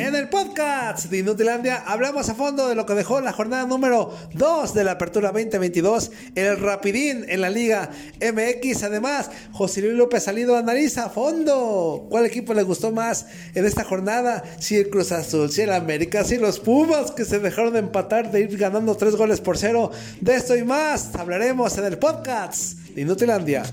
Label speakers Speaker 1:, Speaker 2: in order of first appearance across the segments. Speaker 1: En el podcast de Inutilandia hablamos a fondo de lo que dejó la jornada número 2 de la Apertura 2022, el Rapidín en la Liga MX. Además, José Luis López Salido analiza a fondo cuál equipo le gustó más en esta jornada, si el Cruz Azul, si el América, si los Pumas que se dejaron de empatar, de ir ganando 3 goles por cero. De esto y más hablaremos en el podcast de Inutilandia.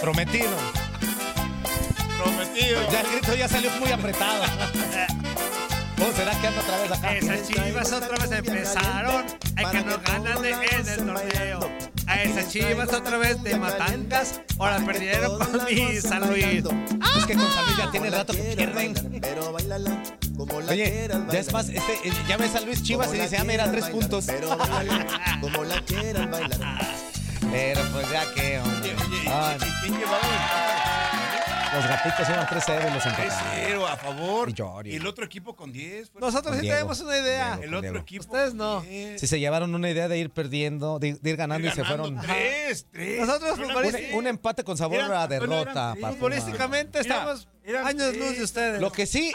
Speaker 2: Prometido. Prometido. Ya el grito ya salió muy apretado. ¿Cómo será que anda otra vez acá?
Speaker 3: Esas chivas otra vez empezaron. Hay que no ganan de- en el torneo. A esas chivas otra vez de Matangas. Ahora perdieron con mi San Luis.
Speaker 2: Es que con San Luis ya tiene rato que pierden.
Speaker 4: Pero bailala como la
Speaker 2: Oye,
Speaker 4: quieras
Speaker 2: ya es
Speaker 4: bailar.
Speaker 2: más, este, eh, ya ves a Luis Chivas
Speaker 4: Como
Speaker 2: y
Speaker 4: la
Speaker 2: dice, ah, mira,
Speaker 4: quieras
Speaker 2: tres
Speaker 4: bailar,
Speaker 2: puntos.
Speaker 4: Pero bailala como la quieras bailar.
Speaker 2: Pero pues ya que, hombre. Ah,
Speaker 5: ¿Quién llevaba
Speaker 2: los gatitos iban 3-0 y los
Speaker 5: el
Speaker 2: empataron.
Speaker 5: 3-0 a favor?
Speaker 2: Y llor, y-
Speaker 5: el otro equipo con 10. fue-
Speaker 1: Nosotros
Speaker 2: sí Diego. tenemos
Speaker 1: una idea.
Speaker 5: el otro
Speaker 2: Diego.
Speaker 5: equipo.
Speaker 1: Ustedes
Speaker 5: con
Speaker 1: no.
Speaker 5: 10.
Speaker 2: Si se llevaron una idea de ir perdiendo, de, de ir ganando y se
Speaker 5: Ganando
Speaker 2: fueron.
Speaker 5: Tres, tres.
Speaker 1: Nosotros
Speaker 5: Una-
Speaker 2: Un, un empate con sabor
Speaker 5: Eran-
Speaker 2: a
Speaker 5: bueno, eran
Speaker 2: derrota.
Speaker 5: tres.
Speaker 2: papá.
Speaker 1: Futbolísticamente
Speaker 5: Mira,
Speaker 1: estamos
Speaker 5: eran
Speaker 1: años
Speaker 5: tres.
Speaker 1: luz de ustedes.
Speaker 2: Lo que sí,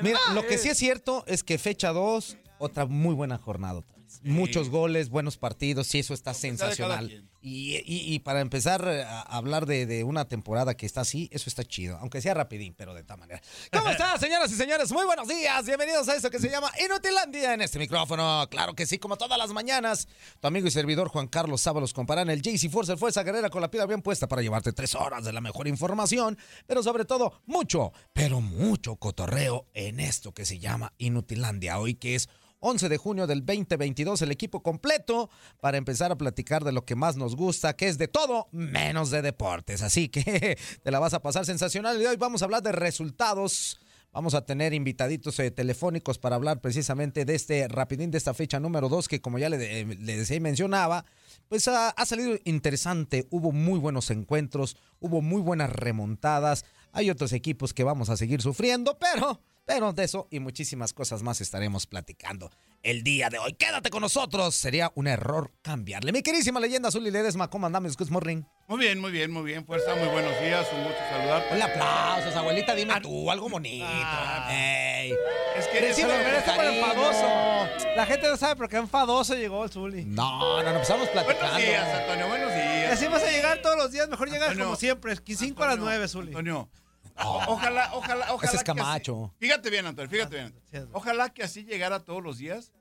Speaker 2: mira, lo que sí es cierto es que fecha 2, otra muy buena jornada otra vez. Muchos goles, buenos partidos, y eso está
Speaker 5: de cada
Speaker 2: sensacional.
Speaker 5: quien.
Speaker 2: Y, y- y para empezar eh, a hablar de, de una temporada que está así, eso está chido, aunque sea rapidín, pero de tal manera. ¿Cómo están, señoras y señores? Muy buenos días, bienvenidos a esto que se llama Inutilandia en este micrófono. Claro que sí, como todas las mañanas, tu amigo y servidor Juan Carlos Sábalos compararán el JC Force, el Fuerza Guerrera con la pila bien puesta para llevarte tres horas de la mejor información, pero sobre todo mucho, pero mucho cotorreo en esto que se llama Inutilandia, hoy que es 11 de junio del 2022, el equipo completo para empezar a platicar de lo que más nos gusta, que es de todo menos de deportes. Así que te la vas a pasar sensacional y hoy vamos a hablar de resultados. Vamos a tener invitaditos eh, telefónicos para hablar precisamente de este rapidín de esta fecha número 2 que como ya le, de- le decía y mencionaba, pues ha, ha salido interesante, hubo muy buenos encuentros, hubo muy buenas remontadas, hay otros equipos que vamos a seguir sufriendo, pero pero de eso y muchísimas cosas más estaremos platicando el día de hoy. Quédate con nosotros. Sería un error cambiarle. Mi queridísima leyenda azul y Ledesma, ¿cómo andamos? Good morning.
Speaker 5: Muy bien, muy bien, muy bien. Fuerza, muy buenos días. Un gusto saludarte.
Speaker 2: Hola, aplausos, abuelita. Dime tú, algo bonito.
Speaker 5: Ah,
Speaker 2: Eh. Ey.
Speaker 5: Es que eres
Speaker 2: Sí,
Speaker 5: algo-
Speaker 2: pero está por enfadoso.
Speaker 1: La gente no sabe por qué enfadoso llegó el Zuli.
Speaker 2: No, no, no, empezamos
Speaker 5: Buenos
Speaker 2: platicando.
Speaker 5: días, Antonio. Buenos
Speaker 1: Y
Speaker 5: días.
Speaker 1: así vas a llegar todos los días, mejor llegas
Speaker 5: Antonio,
Speaker 1: como siempre, 5 a las 9, Zuli.
Speaker 5: Antonio. o- Ojalá, ojalá, ojalá.
Speaker 2: Ese es
Speaker 5: que así-
Speaker 2: Camacho.
Speaker 5: fíjate bien, Antonio, fíjate bien.
Speaker 1: sí, Antonio.
Speaker 5: Ojalá que así llegara todos los días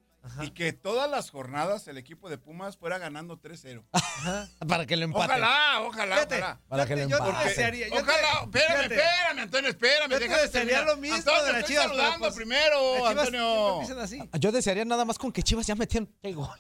Speaker 5: y que todas las jornadas el equipo de Pumas fuera ganando 3-0.
Speaker 2: Para que lo empate.
Speaker 5: Ojalá, ojalá,
Speaker 1: Fíjate,
Speaker 5: ojalá.
Speaker 2: Para que lo
Speaker 1: Yo te
Speaker 2: empate.
Speaker 1: desearía- yo te-
Speaker 5: Ojalá, espérame,
Speaker 1: fíjate,
Speaker 5: espérame, Antonio, espérame.
Speaker 1: Yo te
Speaker 5: déjame
Speaker 1: desearía
Speaker 5: terminar.
Speaker 1: lo mismo
Speaker 5: Antonio,
Speaker 1: de las
Speaker 5: estoy
Speaker 1: chivas, pero
Speaker 5: saludando
Speaker 1: pues,
Speaker 5: primero,
Speaker 1: las chivas siempre
Speaker 5: Antonio.
Speaker 1: empiezan así.
Speaker 2: Yo desearía nada más con que Chivas ya metió un pego.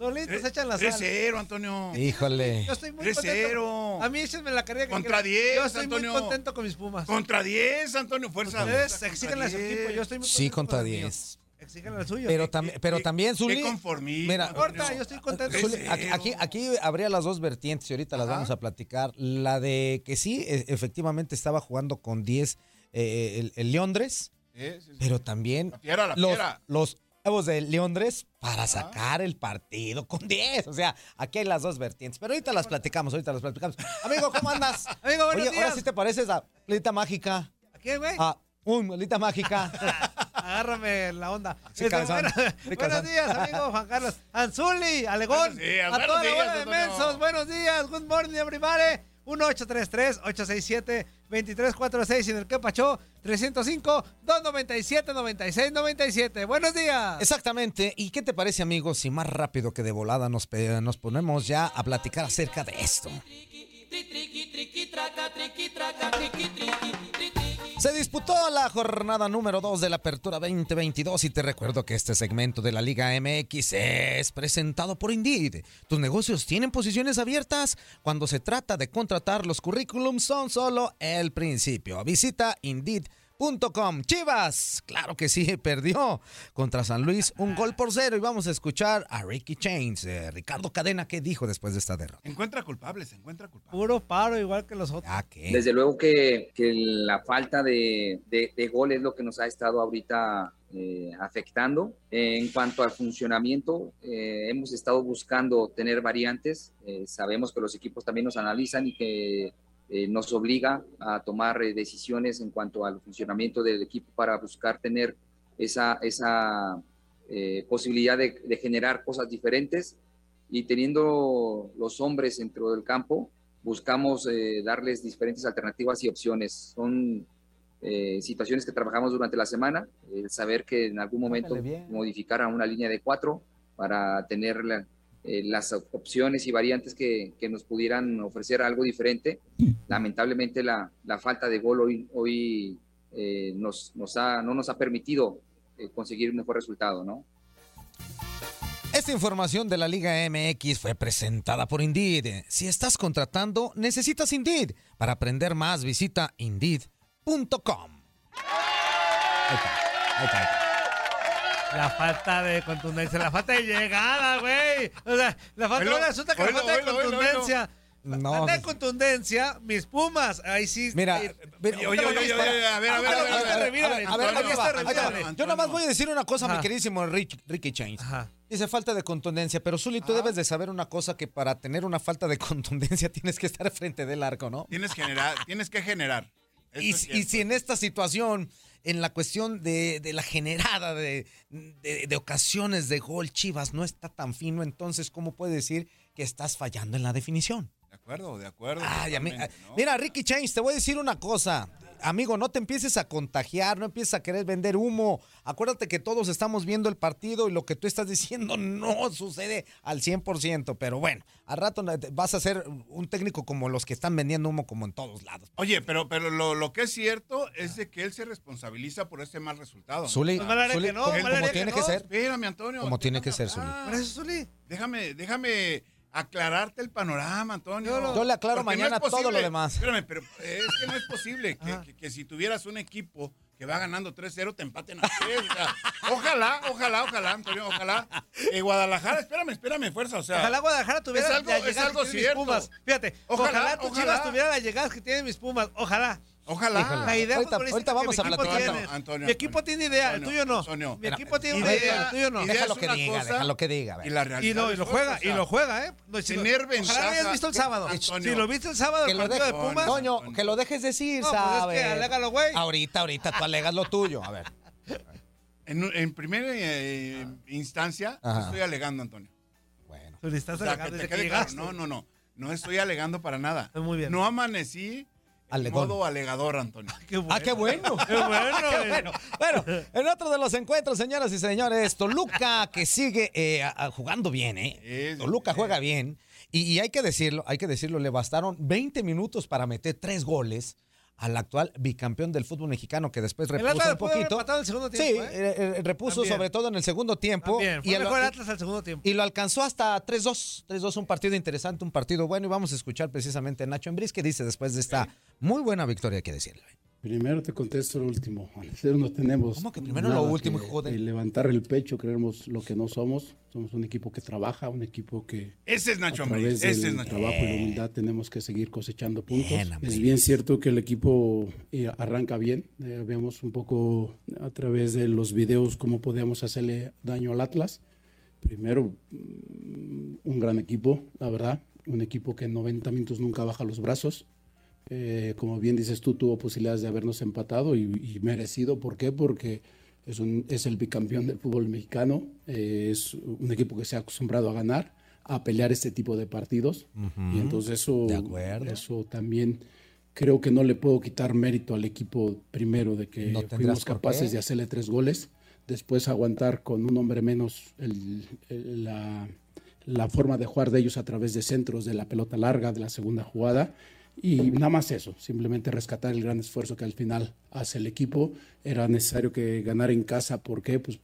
Speaker 1: Solitos echan la sal.
Speaker 5: 3-0, Antonio.
Speaker 2: Híjole.
Speaker 1: Yo estoy muy
Speaker 5: 3-0.
Speaker 1: contento. Ah, A mí échenme la carrera que
Speaker 5: Contra
Speaker 1: quieran.
Speaker 5: 10,
Speaker 1: Yo estoy
Speaker 5: Antonio.
Speaker 1: muy contento con mis pumas.
Speaker 5: Contra 10, Antonio, fuerza.
Speaker 1: Ustedes
Speaker 5: fuerza,
Speaker 1: exigen a su
Speaker 5: contra 10.
Speaker 1: equipo, yo estoy muy contento.
Speaker 2: Sí, contra
Speaker 1: con el mío.
Speaker 2: 10.
Speaker 1: Exigen al suyo.
Speaker 2: Pero, también, pero
Speaker 5: qué-
Speaker 2: también, Zuli.
Speaker 5: conformismo,
Speaker 2: Mira,
Speaker 1: No importa, yo estoy contento.
Speaker 5: Tres-
Speaker 2: Zuli, aquí- aquí, aquí habría las dos vertientes y ahorita las vamos a platicar. La de que sí, e- efectivamente estaba jugando con 10 eh, el, el Leondres,
Speaker 5: Sí, sí, sí.
Speaker 2: pero también
Speaker 5: La fiera, la
Speaker 2: los,
Speaker 5: fiera.
Speaker 2: los Bravos de Leondres para sacar el partido con 10. O sea, aquí hay las dos vertientes. Pero ahorita las platicamos, ahorita las platicamos. Amigo, ¿cómo andas?
Speaker 3: Amigo,
Speaker 2: Oye,
Speaker 3: buenos
Speaker 2: ahora Ah,
Speaker 3: días. Eh.
Speaker 2: sí te pareces a Lita Mágica.
Speaker 3: ¿A qué, güey?
Speaker 2: A un Lita Mágica.
Speaker 3: Agárrame la onda.
Speaker 2: Sí,
Speaker 3: Este,
Speaker 2: cabezón.
Speaker 3: bueno,
Speaker 2: Sí,
Speaker 3: buenos
Speaker 2: cabezón.
Speaker 3: días, amigo Juan Carlos. Anzuli, Alegón.
Speaker 5: Buenos días,
Speaker 3: a
Speaker 5: buenos
Speaker 3: toda la
Speaker 5: días,
Speaker 3: bola de
Speaker 5: Antonio.
Speaker 3: mensos. Buenos días. Good morning, everybody. 1-833-867-2346 y en el que pachó 305-297-9697. Buenos días.
Speaker 2: Exactamente. ¿Y qué te parece, amigos, si más rápido que de volada nos, pe- nos ponemos ya a platicar acerca de esto? Se disputó la jornada número 2 de la Apertura 2022 y te recuerdo que este segmento de la Liga MX es presentado por Indeed. Tus negocios tienen posiciones abiertas. Cuando se trata de contratar, los currículums son solo el principio. Visita Indeed.com. Chivas, claro que sí, perdió contra San Luis un gol por cero y vamos a escuchar a Ricky Chains, eh, Ricardo Cadena, ¿qué dijo después de esta derrota?
Speaker 5: Encuentra culpables, encuentra culpables.
Speaker 3: Puro paro, igual que los otros.
Speaker 2: Ah, ¿qué?
Speaker 6: Desde luego que, que la falta de, de, de gol es lo que nos ha estado ahorita eh, afectando. Eh, en cuanto al funcionamiento, eh, hemos estado buscando tener variantes. Eh, sabemos que los equipos también nos analizan y que eh, nos obliga a tomar eh, decisiones en cuanto al funcionamiento del equipo para buscar tener esa, esa eh, posibilidad de, de generar cosas diferentes. Y teniendo los hombres dentro del campo, buscamos eh, darles diferentes alternativas y opciones. Son eh, situaciones que trabajamos durante la semana, el saber que en algún momento
Speaker 2: Ándale, bien.
Speaker 6: modificar a una línea de cuatro para tener la- eh, las op- opciones y variantes que, que nos pudieran ofrecer algo diferente. Lamentablemente la, la falta de gol hoy, hoy eh, nos, nos ha- no nos ha permitido eh, conseguir un mejor resultado, ¿no?
Speaker 2: Esta información de la Liga MX fue presentada por Indeed. Si estás contratando, necesitas Indeed. Para aprender más, visita Indeed.com. Ahí está, ahí está, ahí está.
Speaker 3: La falta de contundencia, la falta de llegada, güey. O sea, la falta,
Speaker 5: Oílo,
Speaker 3: resulta que
Speaker 5: oílo,
Speaker 3: la falta de
Speaker 5: oílo, oílo,
Speaker 3: contundencia.
Speaker 2: No,
Speaker 3: falta de
Speaker 2: pues-
Speaker 3: contundencia, mis pumas. Ahí sí.
Speaker 2: Mira,
Speaker 3: eh,
Speaker 2: mira,
Speaker 5: Oye, oye, oye, oye, oye, a ver, a ver, a ver, a ver.
Speaker 2: a ver, ahí está, ahí está. Yo nada más voy a decir una cosa, mi
Speaker 3: Ajá.
Speaker 2: queridísimo Rick- Ricky Chains.
Speaker 3: Ajá.
Speaker 2: Dice falta de contundencia, pero Zuli, tú debes de saber una cosa que para tener una falta de contundencia tienes que estar frente del arco, ¿no?
Speaker 5: Tienes, generar, tienes que generar. Eso
Speaker 2: Y,
Speaker 5: es
Speaker 2: si- y
Speaker 5: cierto.
Speaker 2: si en esta situación, en la cuestión de, de la generada de, de- de ocasiones de gol, Chivas no está tan fino, entonces, ¿cómo puede decir que estás fallando en la definición?
Speaker 5: De acuerdo, de acuerdo.
Speaker 2: Ay, a mí-
Speaker 5: totalmente,
Speaker 2: a-
Speaker 5: ¿no?
Speaker 2: Mira, Ricky Chains, te voy a decir una cosa. Amigo, no te empieces a contagiar, no empieces a querer vender humo. Acuérdate que todos estamos viendo el partido y lo que tú estás diciendo no sucede al 100%. Pero bueno, al rato eh, vas a ser un técnico como los que están vendiendo humo como en todos lados.
Speaker 5: Oye, pero, pero lo, lo que es cierto es de que él se responsabiliza por ese mal resultado.
Speaker 2: Ah. Zuli,
Speaker 3: Pues mal haría
Speaker 2: Zuli,
Speaker 3: que no,
Speaker 2: como-
Speaker 3: mal
Speaker 2: como
Speaker 3: haría que
Speaker 2: tiene que
Speaker 3: no.
Speaker 2: ser.
Speaker 5: Espérame, Antonio.
Speaker 2: Como tiene que
Speaker 5: déjame
Speaker 2: ser,
Speaker 5: hablar.
Speaker 3: Por eso, Zuli.
Speaker 5: Déjame, déjame aclararte el panorama, Antonio.
Speaker 2: Yo lo- yo le aclaro
Speaker 5: Porque
Speaker 2: mañana
Speaker 5: es posible-
Speaker 2: todo lo demás.
Speaker 5: Espérame, pero eh, es que no es posible que, que- que si tuvieras un equipo que va ganando 3-0, te empaten a 3. o sea, ojalá, ojalá, ojalá, Antonio, ojalá. Eh, Guadalajara, espérame, espérame, fuerza. O sea,
Speaker 3: Ojalá Guadalajara tuviera
Speaker 5: es algo-
Speaker 3: la
Speaker 5: es
Speaker 3: llegada
Speaker 5: algo
Speaker 3: que tienen
Speaker 5: cierto.
Speaker 3: mis pumas. Fíjate,
Speaker 5: Ojalá,
Speaker 3: ojalá, tu
Speaker 5: ojalá.
Speaker 3: Chivas tuviera las llegadas que tienen mis pumas. Ojalá.
Speaker 5: ojalá.
Speaker 3: La idea
Speaker 2: Ahorita-
Speaker 3: futbolística
Speaker 2: ahorita
Speaker 3: que
Speaker 2: vamos
Speaker 3: mi
Speaker 2: a
Speaker 3: equipo
Speaker 2: platicar.
Speaker 3: tiene.
Speaker 5: Antonio,
Speaker 3: Mi equipo
Speaker 5: Antonio.
Speaker 3: tiene idea, el
Speaker 5: Antonio,
Speaker 3: tuyo no.
Speaker 5: Antonio.
Speaker 3: Mi equipo tiene una
Speaker 5: Idea-
Speaker 3: idea, el tuyo no.
Speaker 5: idea
Speaker 2: Déjalo
Speaker 5: es
Speaker 2: que
Speaker 5: una
Speaker 2: diga,
Speaker 5: cosa
Speaker 2: déjalo que diga, a ver.
Speaker 5: Y la realidad
Speaker 3: Y no, y
Speaker 5: es
Speaker 3: lo
Speaker 5: otra,
Speaker 3: juega,
Speaker 5: o sea,
Speaker 3: y lo juega, ¿eh? No, si lo-
Speaker 5: Tener
Speaker 3: Ojalá lo hayas
Speaker 5: ventaja.
Speaker 3: visto el sábado.
Speaker 5: Antonio.
Speaker 3: Si lo viste el sábado,
Speaker 2: Que
Speaker 3: el
Speaker 2: lo
Speaker 3: partido de
Speaker 2: deje.
Speaker 3: Pumas.
Speaker 2: Toño, que lo dejes decir,
Speaker 3: No, pues es que
Speaker 2: ¿sabes?
Speaker 3: alégalo, güey.
Speaker 2: Ahorita, ahorita tú alegas lo tuyo. A ver.
Speaker 5: En, en primera eh, instancia, no
Speaker 2: Ajá.
Speaker 5: estoy alegando, Antonio.
Speaker 2: Bueno.
Speaker 3: Tú le estás
Speaker 5: O sea, que
Speaker 3: alegando
Speaker 5: te
Speaker 3: desde que
Speaker 5: quede claro,
Speaker 3: llegaste.
Speaker 5: No, no, no. No estoy alegando para nada.
Speaker 3: Muy bien.
Speaker 5: No amanecí en
Speaker 2: Alegón.
Speaker 5: modo alegador, Antonio.
Speaker 3: Qué bueno.
Speaker 2: Ah, qué bueno.
Speaker 3: Qué bueno,
Speaker 2: Qué
Speaker 3: güey.
Speaker 2: bueno. Bueno, en otro de los encuentros, señoras y señores, Toluca que sigue eh, a- a- jugando bien, ¿eh?
Speaker 5: Sí, sí,
Speaker 2: Toluca
Speaker 5: sí.
Speaker 2: juega bien. Y, y hay que decirlo, hay que decirlo, le bastaron 20 minutos para meter tres goles al actual bicampeón del fútbol mexicano que después
Speaker 3: El
Speaker 2: repuso
Speaker 3: Atlas
Speaker 2: un
Speaker 3: pudo haber
Speaker 2: poquito.
Speaker 3: empatado el segundo
Speaker 2: Sí,
Speaker 3: tiempo, ¿eh?
Speaker 2: eh, eh, repuso
Speaker 3: También.
Speaker 2: sobre todo en el segundo tiempo.
Speaker 3: Bien, fue
Speaker 2: al-
Speaker 3: mejor Atlas al segundo tiempo.
Speaker 2: Y lo alcanzó hasta 3-2. 3-2, un partido interesante, un partido bueno. Y vamos a escuchar precisamente a Nacho Embriz que dice después de esta muy buena victoria, hay que decirle.
Speaker 7: Primero te contesto lo último. Al ser no tenemos.
Speaker 2: ¿Cómo que primero lo último,
Speaker 7: que-
Speaker 2: hijo de-
Speaker 7: que levantar el pecho, creemos lo que no somos. Somos un equipo que trabaja, un equipo que.
Speaker 5: Ese es Nacho
Speaker 7: a
Speaker 5: Ambriz,
Speaker 7: través
Speaker 5: ese
Speaker 7: del
Speaker 5: es Nacho
Speaker 7: trabajo y la
Speaker 5: Ambriz.
Speaker 7: humildad tenemos que seguir cosechando puntos.
Speaker 5: Bien,
Speaker 7: es
Speaker 5: Ambriz.
Speaker 7: bien cierto que el equipo eh, arranca bien. Eh, vemos un poco a través de los videos cómo podíamos hacerle daño al Atlas. Primero, mm, un gran equipo, la verdad. Un equipo que en 90 minutos nunca baja los brazos. Eh, como bien dices tú, tuvo posibilidades de habernos empatado y, y merecido. ¿Por qué? Porque es, un- es el bicampeón del fútbol mexicano. Eh, es un equipo que se ha acostumbrado a ganar, a pelear este tipo de partidos.
Speaker 2: Ujú.
Speaker 7: Y entonces eso,
Speaker 2: De acuerdo.
Speaker 7: eso también creo que no le puedo quitar mérito al equipo primero de que
Speaker 2: No tendrás
Speaker 7: fuimos
Speaker 2: por
Speaker 7: capaces
Speaker 2: qué.
Speaker 7: de hacerle tres goles, después aguantar con un hombre menos el- el- la, la forma de jugar de ellos a través de centros, de la pelota larga, de la segunda jugada. Y nada más eso, simplemente rescatar el gran esfuerzo que al final hace el equipo. Era necesario que ganar en casa, ¿por qué? Pues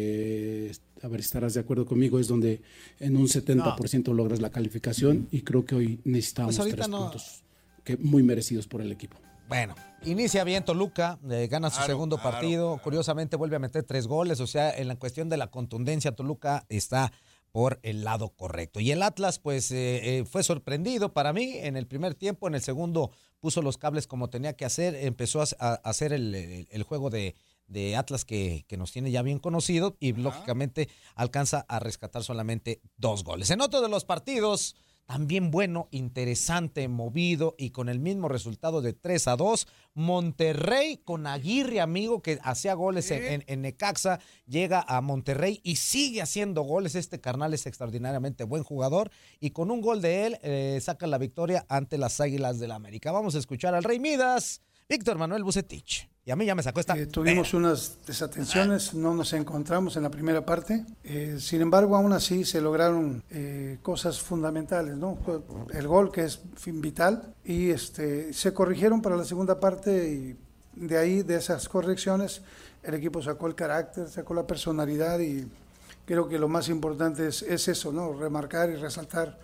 Speaker 7: porque, a ver, estarás de acuerdo conmigo, es donde en un 70% logras la calificación y creo que hoy necesitamos
Speaker 2: Pues ahorita
Speaker 7: tres
Speaker 2: no-
Speaker 7: puntos que muy merecidos por el equipo.
Speaker 2: Bueno, inicia bien Toluca, eh, gana su
Speaker 7: Claro,
Speaker 2: segundo
Speaker 7: claro,
Speaker 2: partido, curiosamente vuelve a meter tres goles, o sea, en la cuestión de la contundencia Toluca está por el lado correcto. Y el Atlas, pues, eh, eh, fue sorprendido para mí en el primer tiempo, en el segundo puso los cables como tenía que hacer, empezó a, a- a hacer el, el- el juego de, de Atlas que, que nos tiene ya bien conocido y lógicamente alcanza a rescatar solamente dos goles. En otro de los partidos, también bueno, interesante, movido y con el mismo resultado de 3 a 2. Monterrey con Aguirre, amigo, que hacía goles en, en- en Necaxa, llega a Monterrey y sigue haciendo goles. Este carnal es extraordinariamente buen jugador y con un gol de él eh, saca la victoria ante las Águilas del América. Vamos a escuchar al Rey Midas, Víctor Manuel Bucetich. Y a mí ya me sacó esta.
Speaker 8: Eh, tuvimos unas desatenciones, no nos encontramos en la primera parte. Eh, sin embargo, aún así se lograron eh, cosas fundamentales, ¿no? El gol que es fin- vital y este se corrigieron para la segunda parte y de ahí de esas correcciones el equipo sacó el carácter, sacó la personalidad y creo que lo más importante es, es eso, ¿no? Remarcar y resaltar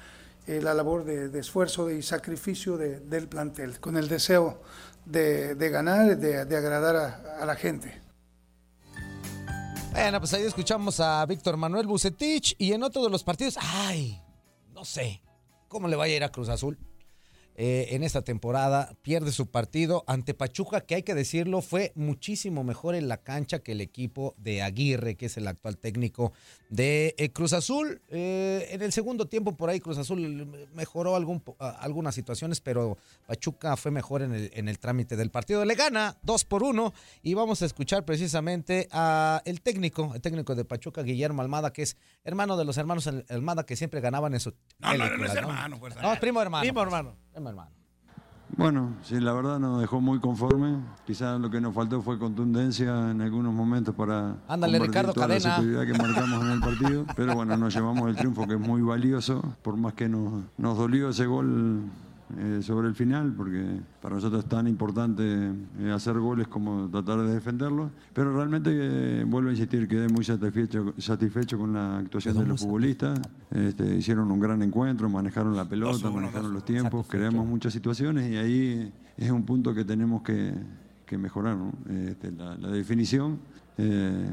Speaker 8: eh, la labor de, de esfuerzo y sacrificio de- del plantel, con el deseo de, de ganar, de, de agradar a- a la gente.
Speaker 2: Bueno, pues ahí escuchamos a Víctor Manuel Bucetich y en otro de los partidos, ay, no sé cómo le vaya a ir a Cruz Azul. Eh, en esta temporada pierde su partido ante Pachuca, que hay que decirlo, fue muchísimo mejor en la cancha que el equipo de Aguirre, que es el actual técnico de eh, Cruz Azul. Eh, en el segundo tiempo por ahí Cruz Azul mejoró algún po- a- algunas situaciones, pero Pachuca fue mejor en el, en el trámite del partido. Le gana 2 por 1 y vamos a escuchar precisamente a el técnico, el técnico de Pachuca, Guillermo Almada, que es hermano de los hermanos Al- Almada que siempre ganaban en su...
Speaker 5: No, no, no es
Speaker 2: película,
Speaker 5: hermano, pues,
Speaker 2: No, es primo hermano.
Speaker 3: Primo
Speaker 2: pues, Primo hermano.
Speaker 9: Bueno, sí, la verdad nos dejó muy conforme. Quizás lo que nos faltó fue contundencia en algunos momentos para
Speaker 2: Ándale,
Speaker 9: convertir
Speaker 2: Ricardo
Speaker 9: toda
Speaker 2: Cadena.
Speaker 9: la superioridad que marcamos en el partido. Pero bueno, nos llevamos el triunfo que es muy valioso, por más que nos, nos dolió ese gol eh, sobre el final, porque para nosotros es tan importante eh, hacer goles como tratar de defenderlos. Pero realmente, eh, vuelvo a insistir, quedé muy satisfecho, satisfecho con la actuación de los futbolistas. Este, hicieron un gran encuentro, manejaron la pelota, manejaron los tiempos, creamos muchas situaciones y ahí es un punto que tenemos que, que mejorar, ¿no? Este, la, la definición. eh,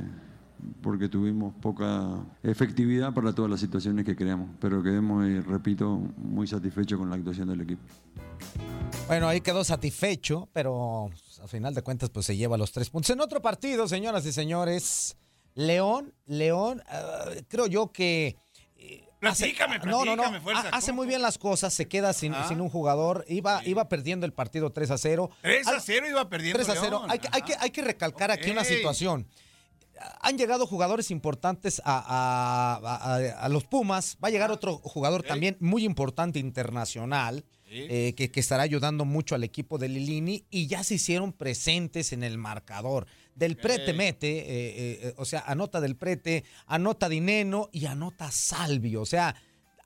Speaker 9: porque tuvimos poca efectividad para todas las situaciones que creamos, pero quedemos, eh, repito, muy satisfechos con la actuación del equipo.
Speaker 2: Bueno, ahí quedó satisfecho, pero pues, al final de cuentas, pues se lleva los tres puntos. En otro partido, señoras y señores, León, León, ah, creo yo que. eh, hace-
Speaker 5: Platícame,
Speaker 2: no, no, no.
Speaker 5: platícame, fuerza, Ah.
Speaker 2: ha- Hace muy bien las cosas, se queda sin, sin un jugador. Iba, iba perdiendo el partido 3 a 0.
Speaker 5: 3
Speaker 2: Al-
Speaker 5: a 0 iba perdiendo
Speaker 2: 3 a 0.
Speaker 5: León.
Speaker 2: Hay, que- hay que, hay que recalcar aquí una
Speaker 5: Ok.
Speaker 2: situación. Han llegado jugadores importantes a, a- a- a- a los Pumas. Va a
Speaker 5: Ah.
Speaker 2: llegar otro jugador también muy importante internacional
Speaker 10: Sí.
Speaker 2: eh, que, que estará ayudando mucho al equipo de Lilini y ya se hicieron presentes en el marcador. Del prete mete, eh, eh, eh, o sea, anota del prete, anota Dineno y anota Salvio. O sea,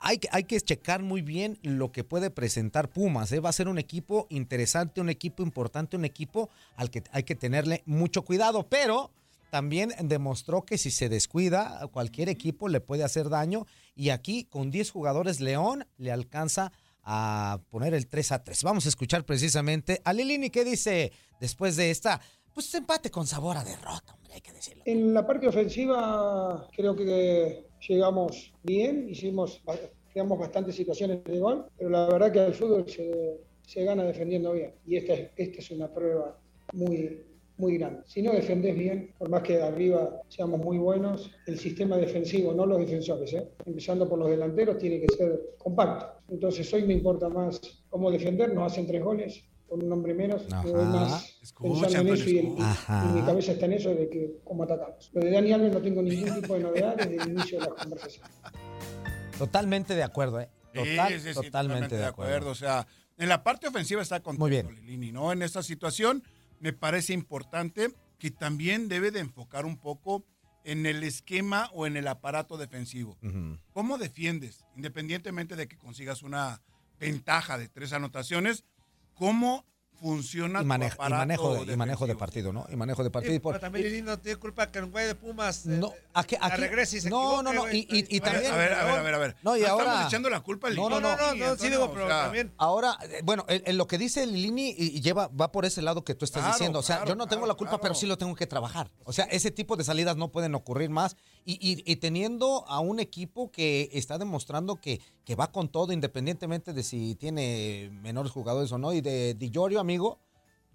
Speaker 2: hay, que- hay que checar muy bien lo que puede presentar Pumas. ¿eh? Va a ser un equipo interesante, un equipo importante, un equipo al que hay que tenerle mucho cuidado. Pero también demostró que si se descuida, a cualquier equipo le puede hacer daño. Y aquí, con 10 jugadores, León le alcanza a poner el 3 a 3. Vamos a escuchar precisamente a Lilini que dice después de esta, pues empate con sabor a derrota, hombre, hay que decirlo.
Speaker 10: En la parte ofensiva creo que llegamos bien, hicimos, creamos bastantes situaciones de gol, pero la verdad que el fútbol se, se gana defendiendo bien y esta es, esta es una prueba muy, muy grande. Si no defendés bien, por más que arriba seamos muy buenos, el sistema defensivo, no los defensores, ¿eh? empezando por los delanteros, tiene que ser compacto. Entonces hoy me importa más cómo defender, nos hacen tres goles con un hombre menos,
Speaker 2: Ajá.
Speaker 10: me voy más pensando en eso y, el- y-
Speaker 2: Ajá.
Speaker 10: y mi cabeza está en eso de que cómo atacamos. Lo de Dani Alves no tengo ningún tipo de novedad desde el inicio de la conversación.
Speaker 2: Totalmente de acuerdo, ¿eh? Total,
Speaker 5: Sí, sí, sí,
Speaker 2: totalmente, de acuerdo.
Speaker 5: O sea, en la parte ofensiva está contento
Speaker 2: Muy bien.
Speaker 5: Lilini, ¿no? En esta situación me parece importante que también debe de enfocar un poco en el esquema o en el aparato defensivo.
Speaker 11: Ujú.
Speaker 5: ¿Cómo defiendes? Independientemente de que consigas una ventaja de tres anotaciones, ¿cómo funciona
Speaker 2: Y,
Speaker 5: tu
Speaker 2: manejo, y,
Speaker 5: aparato
Speaker 2: manejo de, y
Speaker 5: defensivo?
Speaker 2: manejo de partido, ¿no? Y manejo de partido. Y por-
Speaker 3: Pero también Lili no tiene culpa que el güey de Pumas eh,
Speaker 2: no, aquí,
Speaker 3: la regrese y se
Speaker 2: No, no,
Speaker 3: equivoque,
Speaker 2: no.
Speaker 3: güey.
Speaker 2: Y, y- y
Speaker 3: A ver,
Speaker 2: también.
Speaker 3: a ver, a ver, a ver, a ver.
Speaker 2: No, y
Speaker 3: No estamos
Speaker 2: ahora.
Speaker 3: echando la culpa al
Speaker 2: No, no, no.
Speaker 3: Lilini, no, no, sí digo, pero también-
Speaker 2: Ahora, eh, bueno, en, en lo que dice Lilini y- y lleva, va por ese lado que tú estás
Speaker 5: Claro,
Speaker 2: diciendo. O sea,
Speaker 5: claro,
Speaker 2: yo no tengo la culpa, pero sí lo tengo que trabajar. O sea, ese tipo de salidas no pueden ocurrir más. Y, y- y teniendo a un equipo que está demostrando que, que va con todo, independientemente de si tiene menores jugadores o no. Y de Di Giorgio, amigo,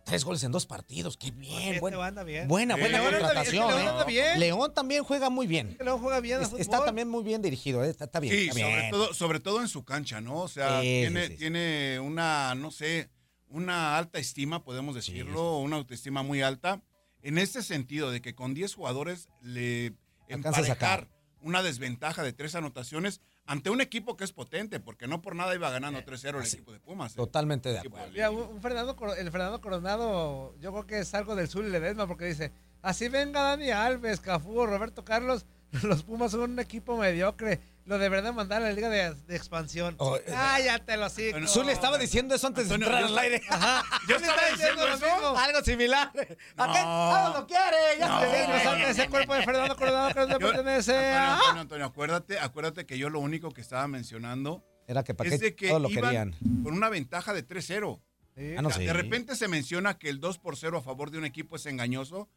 Speaker 2: tres goles en dos partidos. Qué bien, buen- Buena, buena contratación.
Speaker 3: León
Speaker 2: ¿eh?
Speaker 3: anda bien.
Speaker 2: León también juega muy bien.
Speaker 3: León juega bien al
Speaker 2: Es- Está
Speaker 3: fútbol.
Speaker 2: también muy bien dirigido, ¿eh? está, está bien.
Speaker 5: Sí,
Speaker 2: está bien.
Speaker 5: Sobre, todo, sobre todo en su cancha, ¿no? O sea,
Speaker 2: Sí, sí,
Speaker 5: tiene,
Speaker 2: sí, sí.
Speaker 5: tiene una, no sé, una alta estima, podemos decirlo, una autoestima muy alta. En este sentido, de que con 10 jugadores le
Speaker 2: Alcanza a sacar.
Speaker 5: emparejar una desventaja de tres anotaciones ante un equipo que es potente, porque no por nada iba ganando 3-0 el equipo de Pumas. ¿eh?
Speaker 2: Totalmente de
Speaker 5: El equipo
Speaker 2: acuerdo.
Speaker 3: Mira, un, un Fernando, Coro- el Fernando Coronado, yo creo que es algo del sur y Ledesma, porque dice, así venga Dani Alves, Cafú o Roberto Carlos, los Pumas son un equipo mediocre. Lo deberían mandar a la liga de, de expansión.
Speaker 2: Oh, eh,
Speaker 3: Cállate, lo sí.
Speaker 2: Zul estaba diciendo eso antes de
Speaker 3: Antonio,
Speaker 2: entrar
Speaker 3: yo
Speaker 2: al
Speaker 3: estaba-
Speaker 2: aire.
Speaker 3: Ajá.
Speaker 2: Yo
Speaker 3: Zul estaba diciendo lo mismo.
Speaker 2: Algo similar. ¿A qué? Ah, lo quiere! ¡Ya se ve, no sabe ese cuerpo de Fernando Coronado que no
Speaker 5: Yo-
Speaker 2: pertenece.
Speaker 5: Antonio,
Speaker 2: Ah.
Speaker 5: Antonio, Antonio, acuérdate, acuérdate que yo lo único que estaba mencionando
Speaker 2: Era que para
Speaker 5: es
Speaker 2: qué
Speaker 5: de que
Speaker 2: todo lo
Speaker 5: iban
Speaker 2: querían.
Speaker 5: con una ventaja de 3-0.
Speaker 2: Ah, no,
Speaker 5: O sea,
Speaker 2: sí.
Speaker 5: De repente se menciona que el 2 por 0 a favor de un equipo es engañoso.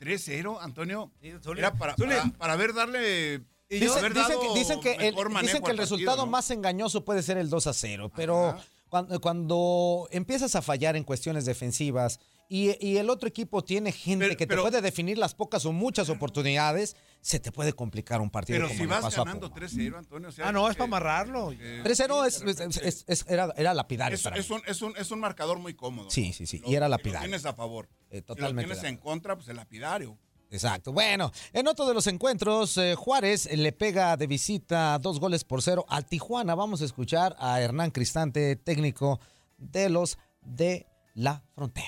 Speaker 5: 3-0, Antonio.
Speaker 3: Zuli.
Speaker 5: Era para,
Speaker 3: Zuli.
Speaker 5: para, para haber darle.
Speaker 2: Dice-
Speaker 5: haber
Speaker 2: dicen,
Speaker 5: dado
Speaker 2: que, dicen que el,
Speaker 5: mejor manejo
Speaker 2: dicen que el
Speaker 5: al partido,
Speaker 2: resultado
Speaker 5: ¿no?
Speaker 2: más engañoso puede ser el 2 a 0, pero cuando, cuando empiezas a fallar en cuestiones defensivas y, y el otro equipo tiene gente que te puede definir las pocas o muchas oportunidades, se te puede complicar un partido.
Speaker 5: Pero
Speaker 2: como
Speaker 5: si
Speaker 2: le
Speaker 5: vas
Speaker 2: pasó a
Speaker 5: ganando
Speaker 2: Pumas.
Speaker 5: 3-0, Antonio. o sea, eh,
Speaker 3: Ah, no, es
Speaker 5: que-
Speaker 3: para amarrarlo.
Speaker 5: que-
Speaker 2: 3-0 es- es- es- es- era, era lapidario.
Speaker 5: es,
Speaker 2: para
Speaker 5: es
Speaker 2: mí.
Speaker 5: un, es, un, es un marcador muy cómodo.
Speaker 2: Sí, sí, sí, y era
Speaker 5: Si lo
Speaker 2: lapidario. Eh,
Speaker 5: tienes a favor.
Speaker 2: totalmente
Speaker 5: Si lo
Speaker 2: de
Speaker 5: tienes en contra, pues el lapidario.
Speaker 2: Exacto. Bueno, en otro de los encuentros, eh, Juárez le pega de visita dos goles por cero al Tijuana. Vamos a escuchar a Hernán Cristante, técnico de los de la frontera.